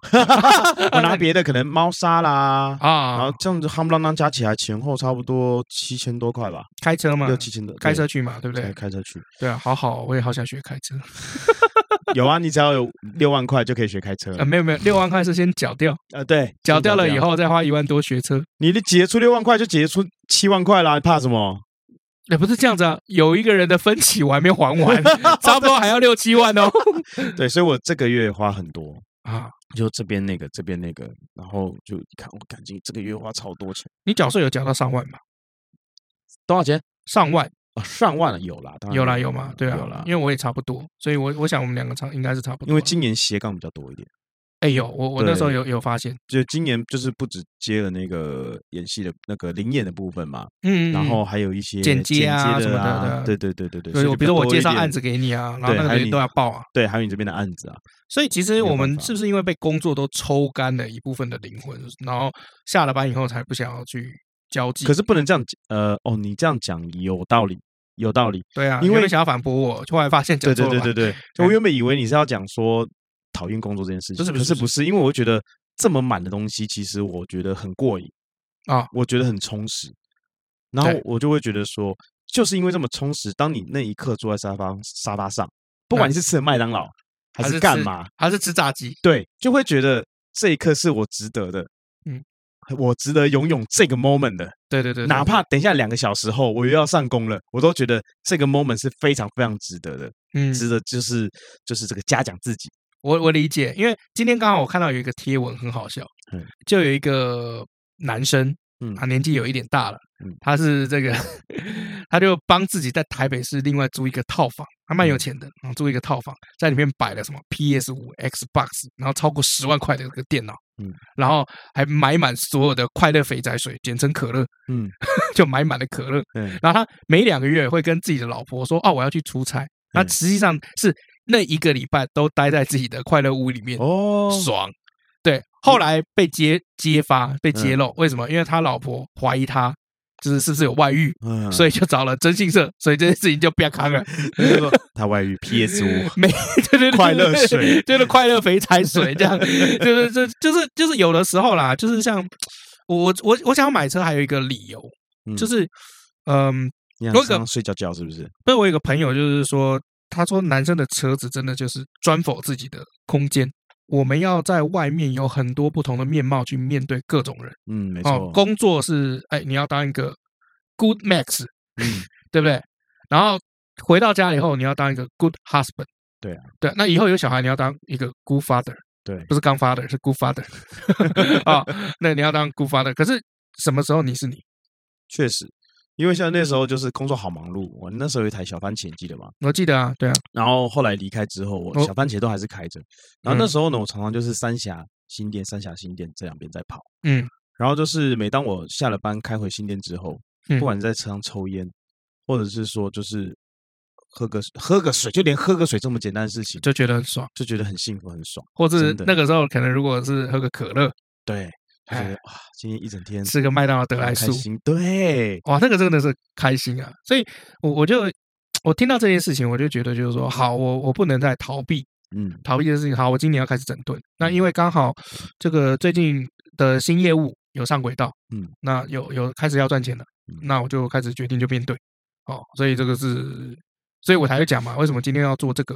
我拿别的可能猫砂啦。然
啊
后，这样子夯不啷当加起来，前后差不多七千多块吧，
开车嘛
六，七千多。
开
对
车去嘛，对不对
开？开车去，
对啊，好好，我也好想学开车。
有啊，你只要有六万块就可以学开车
啊，
了。
没有没有，六万块是先缴掉，
呃，对，
缴掉了以
后。
后再花一万多学车。
你的解出六万块就解出七万块啦，你怕什么？
也不是这样子啊，有一个人的分期我还没还 完，差不多还要六七万哦。
对，所以我这个月花很多，
啊，
就这边那个，这边那个，然后就一看，我感觉这个月花超多钱，
你缴税有缴到上万吗？
多少钱？
上万
啊，上万了，有啦，当然
有啦有嘛，对啊，
哎有啦
因，为我也差不多，所以我我想我们两个差应该是差不多啊。
因为今年斜杠比较多一点，
哎有我我那
对
时候有有发现，
就今年就是不止接了那个演戏的那个灵演的部分嘛，
嗯，嗯
然后
嗯
还有一些
剪接啊
剪
什么
的
的
啊，
对
对对对对对，
对，
所以
我
就
比如说我
多一
介绍
点
案子，给你啊，然后
对
那个
还有
东西
你
都要报啊，
对，还有你这边的案子啊，
所以其实
有
我们
办法
是不是因为被工作都抽干了一部分的灵魂，然后下了班以后才不想要去交际？
可是不能这样讲，呃，哦，你这样讲有道理，有道理，
对啊，
因
因
为
为想要反驳我，后来发现讲
对
错
对
了
对
嘛
对对，就我原本以为你是要讲说讨厌工作这件事情，
不是不
可
是
是
不
不是，因为我觉得这么满的东西，其实我觉得很过瘾
啊
我觉得很充实，然后
对
我就会觉得说，就是因为这么充实，当你那一刻坐在沙发沙发上，不管你是吃的麦当劳还
嗯 还
是
是
干
吃
嘛，
还是吃炸鸡，
对，就会觉得这一刻是我值得的，
嗯，
我值得拥有这个 moment 的，
对对对，对
哪怕等一下两个小时后我又要上工了，我都觉得这个 moment 是非常非常值得的。
嗯，
值得就是就是这个嘉奖自己。
我我理解，因为今天刚好我看到有一个贴文很好笑
嗯，
就有一个男生，啊
嗯
他年纪有一点大了
嗯，
他是这个， 他就帮自己在台北市另外租一个套房，他蛮
嗯
有钱的，啊然后租一个套房，在里面摆了什么 PS 五、Xbox，然后超过十万块的这个电脑，
嗯，
然后还买满所有的快乐肥仔水，简称可乐，
嗯
就买满了可乐。
嗯
然后他每两个月会跟自己的老婆说：“哦，我要去出差。”那
嗯
实际上是那一个礼拜都待在自己的快乐屋里面，
哦，
爽。对，后来被揭揭发、被
嗯
揭露，为什么？因为他老婆怀疑他就是是不是有外遇，
嗯，
所以就找了征信社，所以这件事情就不要扛了。
以就说他外遇 PS 五，
没，对对对，
快乐水
就是快乐肥宅水这样， 就是这就是就是有的时候啦，就是像我我我想要买车还有一个理由，
嗯
就是嗯，
你
我
想
可
上睡觉觉是不是？
被我有一个朋友就是说，他说男生的车子真的就是专否自己的空间。我们要在外面有很多不同的面貌去面对各种人
嗯，没
哦
错。，
工作是哎，你要当一个 good max，
嗯
对不对？然后回到家以后，你要当一个 good husband。
对啊，
对，那以后有小孩，你要当一个 good father，
对
不是刚 father，是 good father 啊、那你要当 good father，可是什么时候你是你？
确实，因为像那时候就是工作好忙碌，我那时候有一台小番茄记得吗？
我记得啊，对啊，
然后后来离开之后，我
哦
小番茄都还是开着。然后那
嗯
时候呢，我常常就是三峡新店、三峡新店这两边在跑。
嗯
然后就是每当我下了班开回新店之后，
嗯
不管在车上抽烟，或者是说就是喝个喝个水，就连喝个水这么简单的事情，
就觉得很爽，
就觉得很幸福很爽。
或是
真的
那个时候可能如果是喝个可乐，
对，就觉
哎
得哇，今天一整天
吃个麦当劳得
好
来
嗯开
速，哦
心。对，
哇，那个真的是开心啊！所以我我就我听到这件事情，我就觉得就是说，好，我我不能再逃避
嗯
逃避这件事情。好，我今年要开始整顿。那因为刚好这个最近的新业务有上轨道，
嗯，
那有有开始要赚钱了
嗯，
那我就开始决定就面对。哦，所以这个是，所以我才会讲嘛，为什么今天要做这个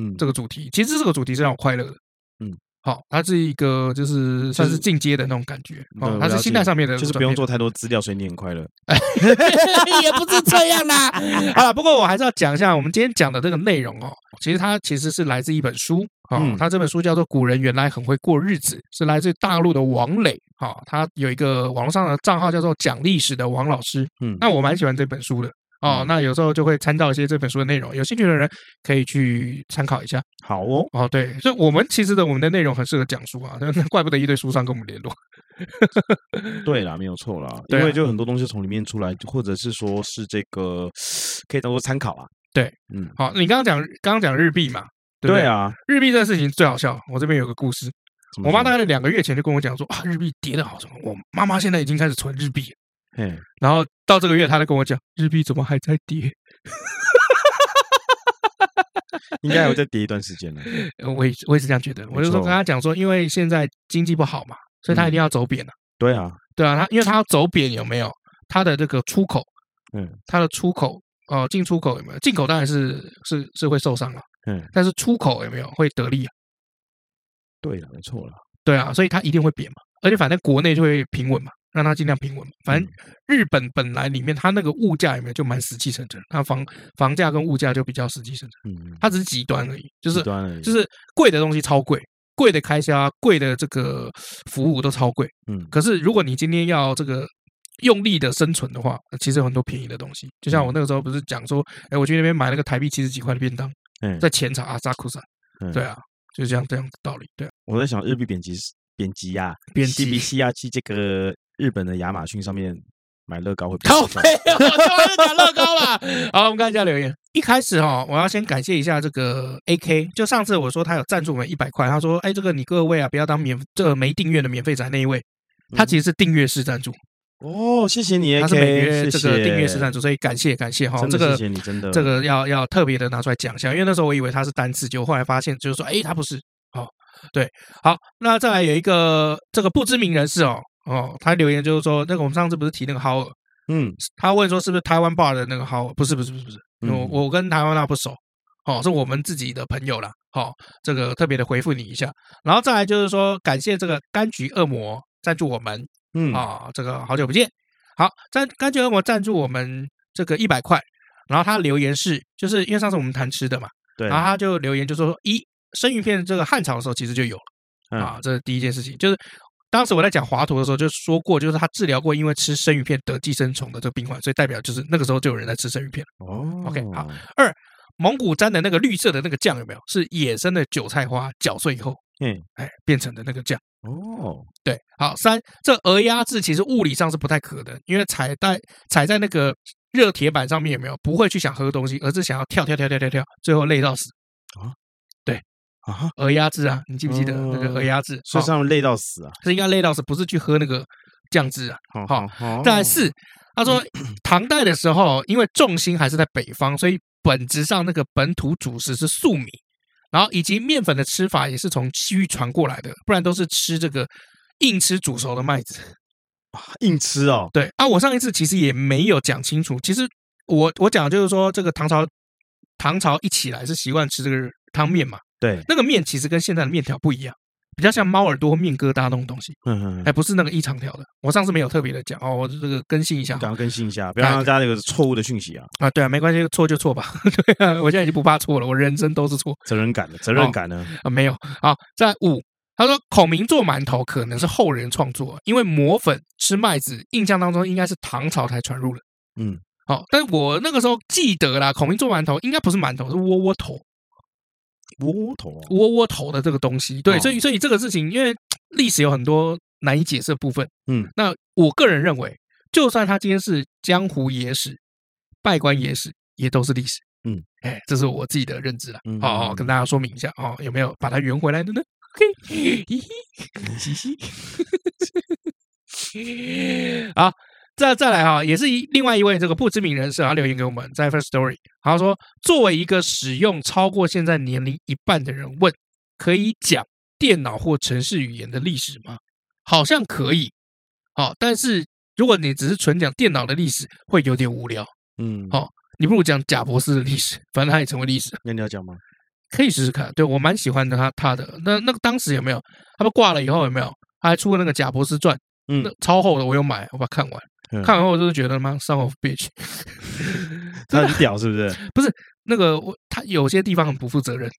嗯，
这个主题？其实这个主题是让我快乐的。
嗯，
好，它是一个就是算是进阶的那种感觉，
对
哦
我，
它是
了
心
解
态上面的，
就是不用做太多资料，所以你很快乐。
也不是这样啦。 好了，不过我还是要讲一下我们今天讲的这个内容哦。其实它其实是来自一本书哦，
嗯
它这本书叫做《古人原来很会过日子》，是来自大陆的王磊哦，他有一个网络上的账号叫做“讲历史”的王老师。
嗯
那我蛮喜欢这本书的哦
嗯。
那有时候就会参照一些这本书的内容，有兴趣的人可以去参考一下
好哦，
哦。对，所以我们其实的我们的内容很适合讲书啊，那那怪不得一堆书商跟我们联络。
对啦，没有错啦，因
对啊
为就很多东西从里面出来，或者是说是这个可以当做参考啊。
对，
嗯，
好、你刚刚讲刚刚讲日币嘛，对不
对
对
啊，嗯
日币这个事情最好笑，我这边有个故事。
怎么
我妈
说
大概两个月前就跟我讲说啊，日币跌得好什么，我妈妈现在已经开始存日币了。
嘿，
然后到这个月，她就跟我讲，日币怎么还在跌？
应该还会再跌一段时间 了。
呃我也我也是这样觉得。我就说
没错嗯
跟她讲说，因为现在经济不好嘛，所以她一定要走贬了、
对啊，
对啊，她因为她要走贬有没有？她的这个出口，
嗯，
她的出口哦、呃进出口有没有？进口当然是是是会受伤了，
嗯，
但是出口有没有会得利啊？
对了，没错了。
对啊，所以它一定会贬嘛，而且反正国内就会平稳嘛，让它尽量平稳嘛。反
嗯
正日本本来里面它那个物价有没有就蛮死气沉沉，它房房价跟物价就比较死气沉沉，
嗯，
它只是极端而已，就
就是端而已
就是贵的东西超贵，贵的开销啊，贵的这个服务都超贵。
嗯
可是如果你今天要这个用力的生存的话，呃其实有很多便宜的东西，就
嗯
像我那个时候不是讲说，哎，我去那边买了个台币七十几块的便当，
嗯，
在浅草阿萨库萨，
嗯
对啊，就是这样这样的道理，对 啊，
我在想日币贬值贬值呀，
贬
西
值
比西啊亚去这个日本的亚马逊上面买乐高会比较
靠
划算
背哦，我就讲乐高啦。 好，我们看一下留言。一开始哈、我要先感谢一下这个 AK，就上次我说他有赞助我们一百块，他说：“哎，这个你各位啊，不要当免这个没订阅的免费仔那一位，
嗯
他其实是订阅式赞助，
哦，谢谢你，
他是
AK，
每月这个
谢谢
订阅式赞助，所以感谢感谢哈、
真
这
的
个
谢谢你，真的
这个要要特别的拿出来讲一下，因为那时候我以为他是单次，结果后来发现就是说，哎，他不是。哦，对，好，那再来有一个这个不知名人士哦哦，他留言就是说，那个我们上次不是提那个豪尔，
嗯
他问说是不是台湾 bar 的那个好？不是不是不是不是，
嗯
我我跟台湾那不熟，哦，是我们自己的朋友啦。好、这个特别的回复你一下，然后再来就是说感谢这个柑橘恶魔赞助我们
嗯
啊、这个好久不见，好，赞柑橘恶魔赞助我们这个一百块，然后他留言是，就是因为上次我们谈吃的嘛，
对
然后他就留言就说一生鱼片这个汉朝的时候其实就有了。
嗯
啊，这是第一件事情，就是当时我在讲华佗的时候就说过，就是他治疗过因为吃生鱼片得寄生虫的这个病患，所以代表就是那个时候就有人在吃生鱼片了。
哦
OK，好蒙古沾的那个绿色的那个酱有没有？是野生的韭菜花搅碎以后，
嗯
哎，变成的那个酱。
哦，
对，好三，这鹅压制其实物理上是不太可能，因为踩在踩在那个热铁板上面有没有不会去想喝东西，而是想要跳跳跳跳跳跳，最后累到死。
啊哈，
鹅压制啊，你记不记得那个鹅压制？
所以
哦
他们累到死啊！
是应该累到死，不是去喝那个酱汁啊。
好
好
好哦
但是他说
嗯
唐代的时候，因为重心还是在北方，所以本质上那个本土主食是粟米，然后以及面粉的吃法也是从西域传过来的，不然都是吃这个硬吃煮熟的麦子。
硬吃哦，
对啊，我上一次其实也没有讲清楚，其实我我讲的就是说这个唐朝唐朝一起来是习惯吃这个汤面嘛，
对，
那个面其实跟现在的面条不一样，比较像猫耳朵面疙瘩那种东西，
嗯，
哎，不是那个一长条的。我上次没有特别的讲哦，我这个更新一下
赶快更新一下，
哎
不要让大家有错误的讯息啊，
啊，对啊，没关系，错就错吧。 对啊，我现在已经不怕错了，我人生都是错
责任感的责任感呢？
啊，没有啊。在五，他说孔明做馒头可能是后人创作，因为磨粉吃麦子，印象当中应该是唐朝才传入的。
嗯，
好、但我那个时候记得啦，孔明做馒头应该不是馒头，是窝窝头，
窝头啊
窝窝头的这个东西。对，
哦
所以所以这个事情，因为历史有很多难以解释的部分。
嗯，
那我个人认为，就算他今天是江湖野史、拜官野史，也都是历史。
嗯，
哎，这是我自己的认知了。
嗯
哦哦，跟大家说明一下哦，有没有把它圆回来的呢？OK，嘻
啊
嘻，好。再再来哈、也是一另外一位这个不知名人士，他留言给我们在 First Story，他说作为一个使用超过现在年龄一半的人问，可以讲电脑或程式语言的历史吗？好像可以，好、但是如果你只是纯讲电脑的历史，会有点无聊。
嗯，
好你不如讲贾博士的历史，反正他也成为历史，
那你要讲吗？
可以试试看。对我蛮喜欢的他他的那那个当时有没有他们挂了以后有没有？他还出了那个贾博士传，
嗯
那超厚的，我有买，我把它看完。
嗯
看完后我就是觉得妈 son of bitch，
他很屌是不是？
那个我他有些地方很不负责任，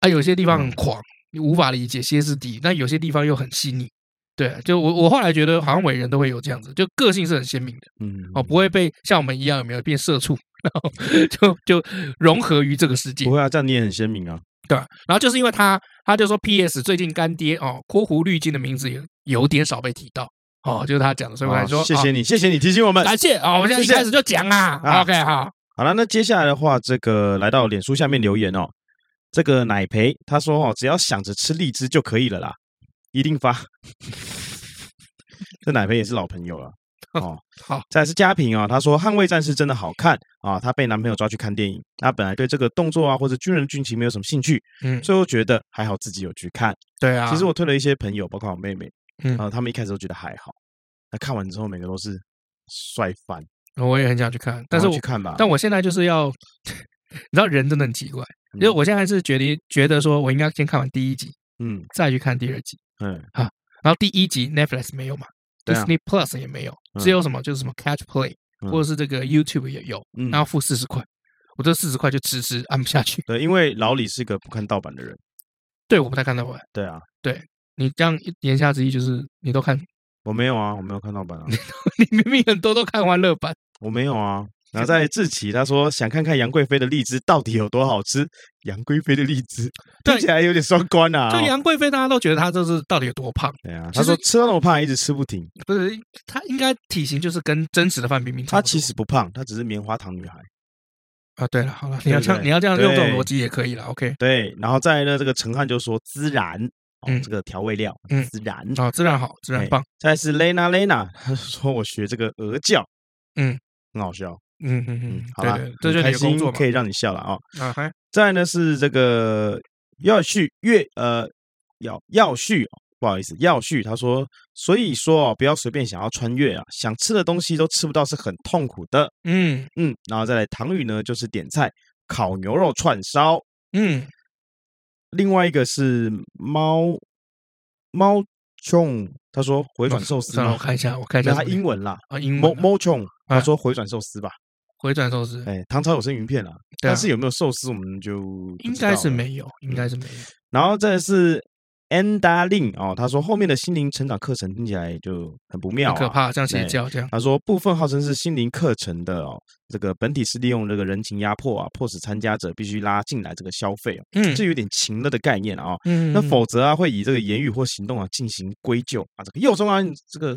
啊，有些地
嗯
方很狂，你无法理解歇斯底，但有些地方又很细腻。对，啊就我我后来觉得，好像伟人都会有这样子，就个性是很鲜明的
嗯，
哦，不会被像我们一样有没有变社畜，然后 就就融合于这个世界
不，会啊，这样你也很鲜明啊。
对吧？然后就是因为他，他就说 P.S. 最近干爹哦，括弧滤镜的名字有有点少被提到哦，就是他讲的，所以我才
好
说
谢
哦
谢你，谢谢你提醒我们。
感谢哦，我现在一
谢谢
开始就讲啊
啊
o k 好，
好了，那接下来的话，这个来到脸书下面留言哦，这个奶培他说哦，只要想着吃荔枝就可以了啦，一定发。 这奶培也是老朋 友了哦。
好，
再来是嘉平啊、他说《捍卫战士》真的好看啊，她被男朋友抓去看电影，她本来对这个动作啊或者军人军情没有什么兴趣，
嗯，
最后觉得还好自己有去看。
对啊，
其实我推了一些朋友，包括我妹妹，
嗯
啊，他们一开始都觉得还好，那看完之后每个都是帅翻，
我也很想去看，但是
赶快
我
去看吧，
但我现在就是要， 你知道人真的很奇怪，因为我现在是决定觉得说我应该先看完第一集，
嗯
再去看第二集。
嗯
然后第一集 Netflix 没有嘛
对啊
，Disney Plus 也没有，
嗯
只有什么就是什么 Catch Play
嗯
或者是这个 YouTube 也有，
嗯
然后付四十块，我这四十块就迟迟按不下去。
对，因为老李是个不看盗版的人，
对，我不太看得完。
对啊，
你这样一言下之意就是你都看，
我没有啊，我没有看盗版啊，
你明明很多都看欢乐版，
我没有 啊。然后在志奇他说想看看杨贵妃的荔枝到底有多好吃，杨贵妃的荔枝听
对
起来有点双关啊、
就
哦。
杨贵妃大家都觉得她这是到底有多胖，
对啊，
其
他说
实
吃到那么胖一直吃不停，
不是她应该体型就是跟真实的范冰冰差
她
不多。
其实不胖，她只是棉花糖女孩。
啊，对了，好了，你
对
要
不
这样
对
你要这样用这种
对
逻辑也可以了，OK。
对，然后再来呢，这个陈汉就说孜然，哦，
嗯
这个调味料，
嗯
孜然。
哦，自然好，自然
哎
棒。
再来是 Lena Lena，他说我学这个鹅叫，
嗯，
很好笑，
嗯嗯
嗯
嗯，，
好
对
啦
对，，这
很开
就是你的工
心
作嘛
可。以让你笑了啊、哦。
啊，还
再来呢是这个要旭月呃要要旭，不好意思，要旭他说，所以说哦，不要随便想要穿越啊，想吃的东西都吃不到是很痛苦的。
嗯
嗯，然后再来唐语呢就是点菜，烤牛肉串烧，
嗯，
另外一个是猫猫琼，他说回转寿司
哦算了，
吗
我？看一下，我看一
那
下
他
什么
英文啦，
啊，英
猫
文
猫琼，他
哎
说回转寿司吧。
回转寿司，
哎，唐朝有生鱼片啦，
对啊
但是有没有寿司我们就不
应
知
该
道啊嗯
是
了。
没有，应该是没有。
然后再来是 Anda Lin 哦，他说后面的心灵成长课程听起来就很不妙、
很
啊，
可怕，像邪
对
教这样。
他说，部分号称是心灵课程的哦，这个本体是利用这个人情压迫啊，迫使参加者必须拉进来这个消费哦，
嗯
这有点情了的概念啊、哦。
嗯，
那否则啊，会以这个言语或行动啊进行归咎啊，这个又说啊，你这个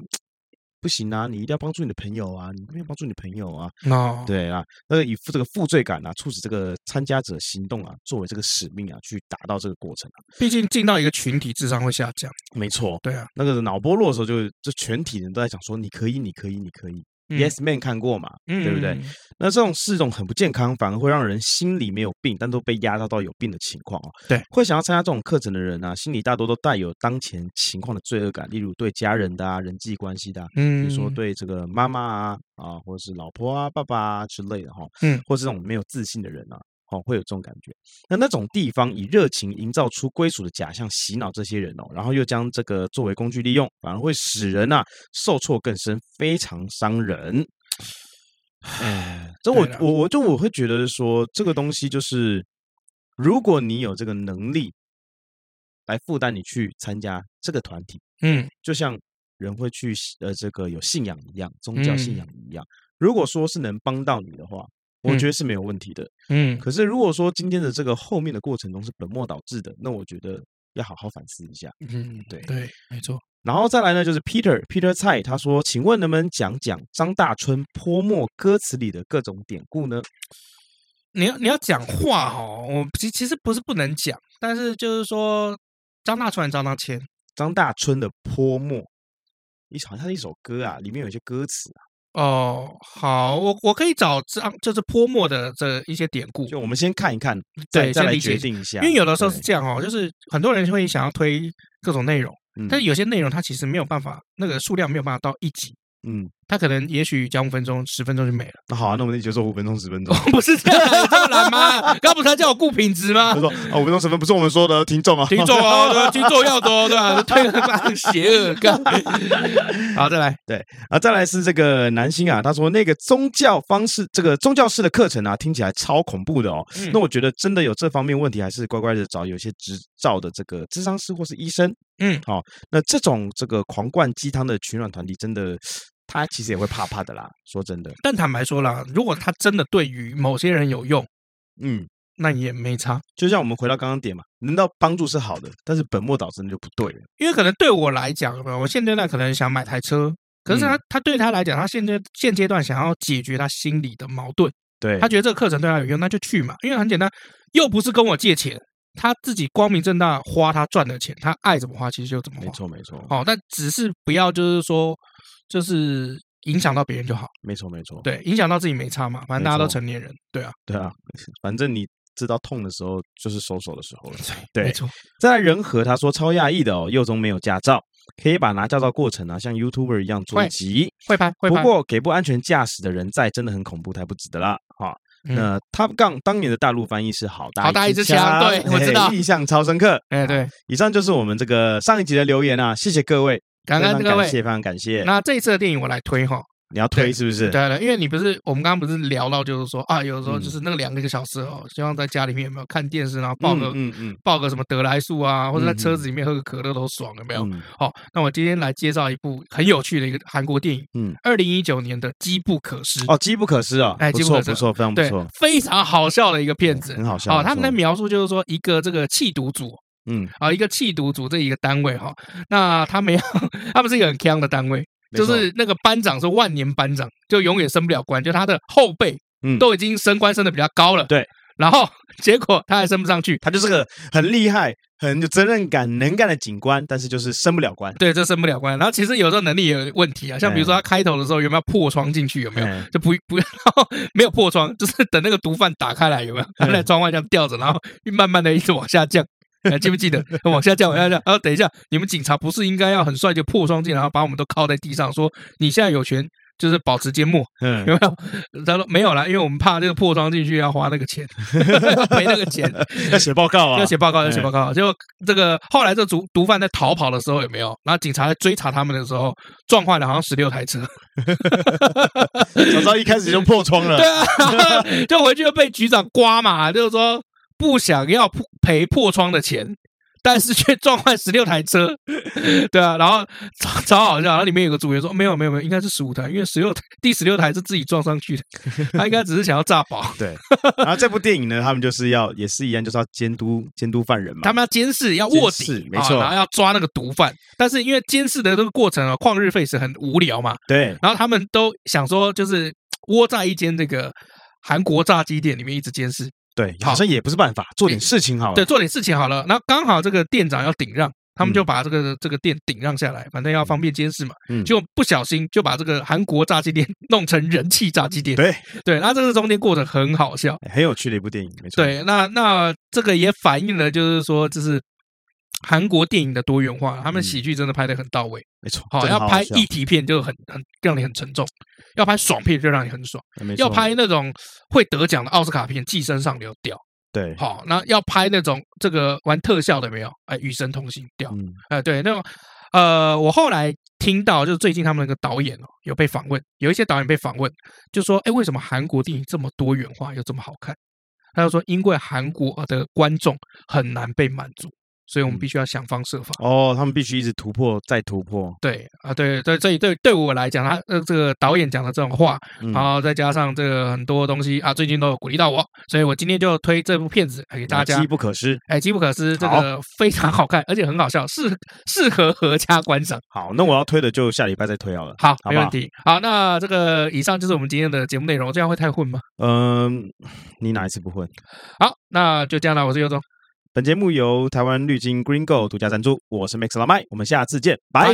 不行啊，你一定要帮助你的朋友啊，你没有帮助你的朋友啊，
哦，
对啊，那个以负这个负罪感啊，促使这个参加者行动啊，作为这个使命啊，去达到这个过程啊，
毕竟进到一个群体，智商会下降。
没错。
对啊、
那个脑波落的时候就，就全体人都在讲说，你可以，你可以，你可以。
嗯
Yes Man 看过嘛？
嗯
对不对？那这种是一种很不健康，反而会让人心里没有病，但都被压榨到有病的情况哦。
对，
会想要参加这种课程的人啊，心里大多都带有当前情况的罪恶感，例如对家人的啊、人际关系的、啊，比
嗯，
如说对这个妈妈啊、啊，或者是老婆啊、爸爸啊之类的哈、
嗯，
或是这种没有自信的人啊。哦，会有这种感觉。那那种地方以热情营造出归属的假象，洗脑这些人哦，然后又将这个作为工具利用，反而会使人啊受挫更深，非常伤人。哎，这我
对啦
我我就我会觉得说，这个东西就是，如果你有这个能力来负担你去参加这个团体，
嗯
就像人会去信呃这个有信仰一样，宗教信
嗯
仰一样。如果说是能帮到你的话，我
嗯
觉得是没有问题的。
嗯，
可是如果说今天的这个后面的过程中是本末倒置的，那我觉得要好好反思一下。
嗯，
对
对，没错。
然后再来呢，就是 Peter Peter 蔡他说，请问能不能讲讲张大春泼墨歌词里的各种典故呢？
你要你要讲话哦，我其其实不是不能讲，但是就是说张大川、张大千，
张大春的泼墨，一好像是一首歌啊，里面有一些歌词啊、
哦，好，我我可以找张就是泼墨的这一些典故，
就我们先看一看，再
对
再
先
来
理
决
解
定一下，
因为有的时候是
对，
这样哦，就是很多人会想要推各种内容，
嗯
但是有些内容它其实没有办法，那个数量没有办法到一集，
嗯，
它可能也许讲五分钟、十分钟就没了。
那好啊、那我们就说五分钟十分钟
我。不是这样，有这么难吗？刚不是他叫我顾品质吗
他？说啊，五分钟十分不是我们说的听众啊，
听 众哦，对吧？听众要多，对吧？ 推个蛮邪恶，干。 好，再来，
啊，再来是这个南星啊，他说那个宗教方式，这个宗教式的课程啊，听起来超恐怖的哦。
嗯
那我觉得真的有这方面问题，还是乖乖的找有些执照的这个智商师或是医生。
嗯
好、那这种这个狂灌鸡汤的取暖团体，真的他其实也会怕怕的啦。说真的，
但坦白说啦，如果它真的对于某些人有用，
嗯，
那也没差，
就像我们回到刚刚点嘛，人道帮助是好的，但是本末倒置那就不对了。
因为可能对我来讲，有没有我现阶段可能想买台车，可是
嗯
他、他对他来讲，他现阶现阶段想要解决他心里的矛盾，
对，
他觉得这个课程对他有用，那就去嘛，因为很简单，又不是跟我借钱，他自己光明正大花他赚的钱，他爱怎么花其实就怎么
没
花。
错没错，
哦，但只是不要就是说，就是影响到别人就好，
没错没错，
对，影响到自己没差嘛，反正大家
没
都
错
成年人，对啊，
对啊，反正你知道痛的时候，就是收手的时候了。对
没错，
在仁和他说超讶异的哦，佑中没有驾照，可以把拿驾照过程啊像 YouTuber 一样做一
会
集。
会拍会
不
拍。
过给不安全驾驶的人在，真的很恐怖，太不值得了哈。
嗯
那 Top Gun 当年的大陆翻译是好大
好大一支枪对我知
嘿
道
印象超深刻。
哎，对，
以上就是我们这个上一集的留言啊，谢谢各位，
感恩
非
各
常
位
感。谢，非常感谢。
那这一次的电影我来推哈，
你要推
对
是不是？
对了，因为你不是我们刚刚不是聊到，就是说啊，有时候
嗯
就是那个两个小时哦，希望在家里面有没有看电视，然后抱个
嗯嗯
抱个什么得来速啊，或者在
嗯嗯
车子里面喝个可乐都爽，有没有？
嗯，
好，那我今天来介绍一部很有趣的一个韩国电影，
嗯，
二零一九年的《机不可失》
哦，机不可失啊，
哎
不
机不
错
可失
不错，非常不
对
错，，
非常好笑的一个片子
很。好笑。
好，
很
他们在
不错
描述就是说一个这个弃毒组
嗯，
啊，一个弃毒组这一个单位哈，那他们要 他们是一个很强的单位，
没
就
错
是那个班长是万年班长，就永远升不了官，就他的后辈
嗯
都已经升官升的比较高了，
对，
然后结果他还升不上去，
他就是个很厉害、很有责任感、能干的警官，但是就是升不了官。
对，这升不了官。然后其实有时候能力也有问题啊，像比
哎
如说他开头的时候有没有破窗进去，有没有？
嗯
就不不，然后没有破窗，就是等那个毒贩打开来，有没有？
哎
他在窗外这样吊着，然后慢慢的一直往下降， 还记不记得？往下降，往下降。然后等一下，你们警察不是应该要很帅就破窗进来，然后把我们都铐在地上，说你现在有权就是保持缄默，
嗯，
有没有？他说没有啦，因为我们怕这个破窗进去要花那个钱， 要赔那个钱。
要写报告啊，
要写报告，要写报告。结果这个后来这毒毒贩在逃跑的时候有没有？然后警察在追查他们的时候，撞坏了好像十六台车。
早知道一开始就破窗了。
对啊， 就回去就被局长刮嘛，就是说不想要破赔破窗的钱。但是却撞坏十六台车， 对啊，然后超超好笑。然后里面有个组员说：“没有没有没有，应该是十五台，因为十六台第十六台是自己撞上去的， 他应该只是想要炸宝。
对，然后这部电影呢，他们就是要也是一样，就是要监督监督犯人嘛。
他们要监视，要卧
监
底
视，没错
啊然后要抓那个毒贩。但是因为监视的这个过程啊，旷日费时，很无聊嘛。
对
然后他们都想说，就是窝在一间这个韩国炸鸡店里面一直监视，
对，
好
好像也不是办法，做点事情好了。
对，做点事情好了。然后刚好这个店长要顶让，他们就把这个这个店顶让下来，反正要方便监视嘛。
嗯
就不小心就把这个韩国炸鸡店 弄成人气炸鸡店。
对，
对，那这个中间过程很好笑。
很有趣的一部电影，没错。
对，那那这个也反映了，就是说，就是韩国电影的多元化，他们
嗯
喜剧真的拍的很到位。
没错，
好，
真的
要
好啊
拍
笑
议题片就很很让你很沉重，要拍爽片就让你很爽，
没错
要拍那种会得奖的奥斯卡片，《寄生上流》掉。
对，
好，那要拍那种这个玩特效的没有？哎，与神同行掉。
嗯，
呃，对，那种呃，我后来听到就是最近他们那个导演哦，有被访问，有一些导演被访问，就说，哎，为什么韩国电影这么多元化又这么好看？他就说，因为韩国呃的观众很难被满足，所以我们
嗯
必须要想方设法。
哦，他们必须一直突破再突破。
对啊，对对，所以对对我来讲，他呃这个导演讲的这种话，
嗯
然后再加上这个很多东西啊，最近都有鼓励到我，所以我今天就推这部片子哎给大家
机。不可失。
哎，机不可失，这
好
个非常好看，而且很好笑，适适合合家观赏。
好，那我要推的就下礼拜再推好了。
好，
好
没
不
问
好
题。好，那这个以上就是我们今天的节目内容，这样会太混吗？
嗯，你哪一次不混？
好，那就这样了，我是尤总，
本节目由台湾绿金 Green Go 独家赞助，我是 Max 老麦，我们下次见，拜。
拜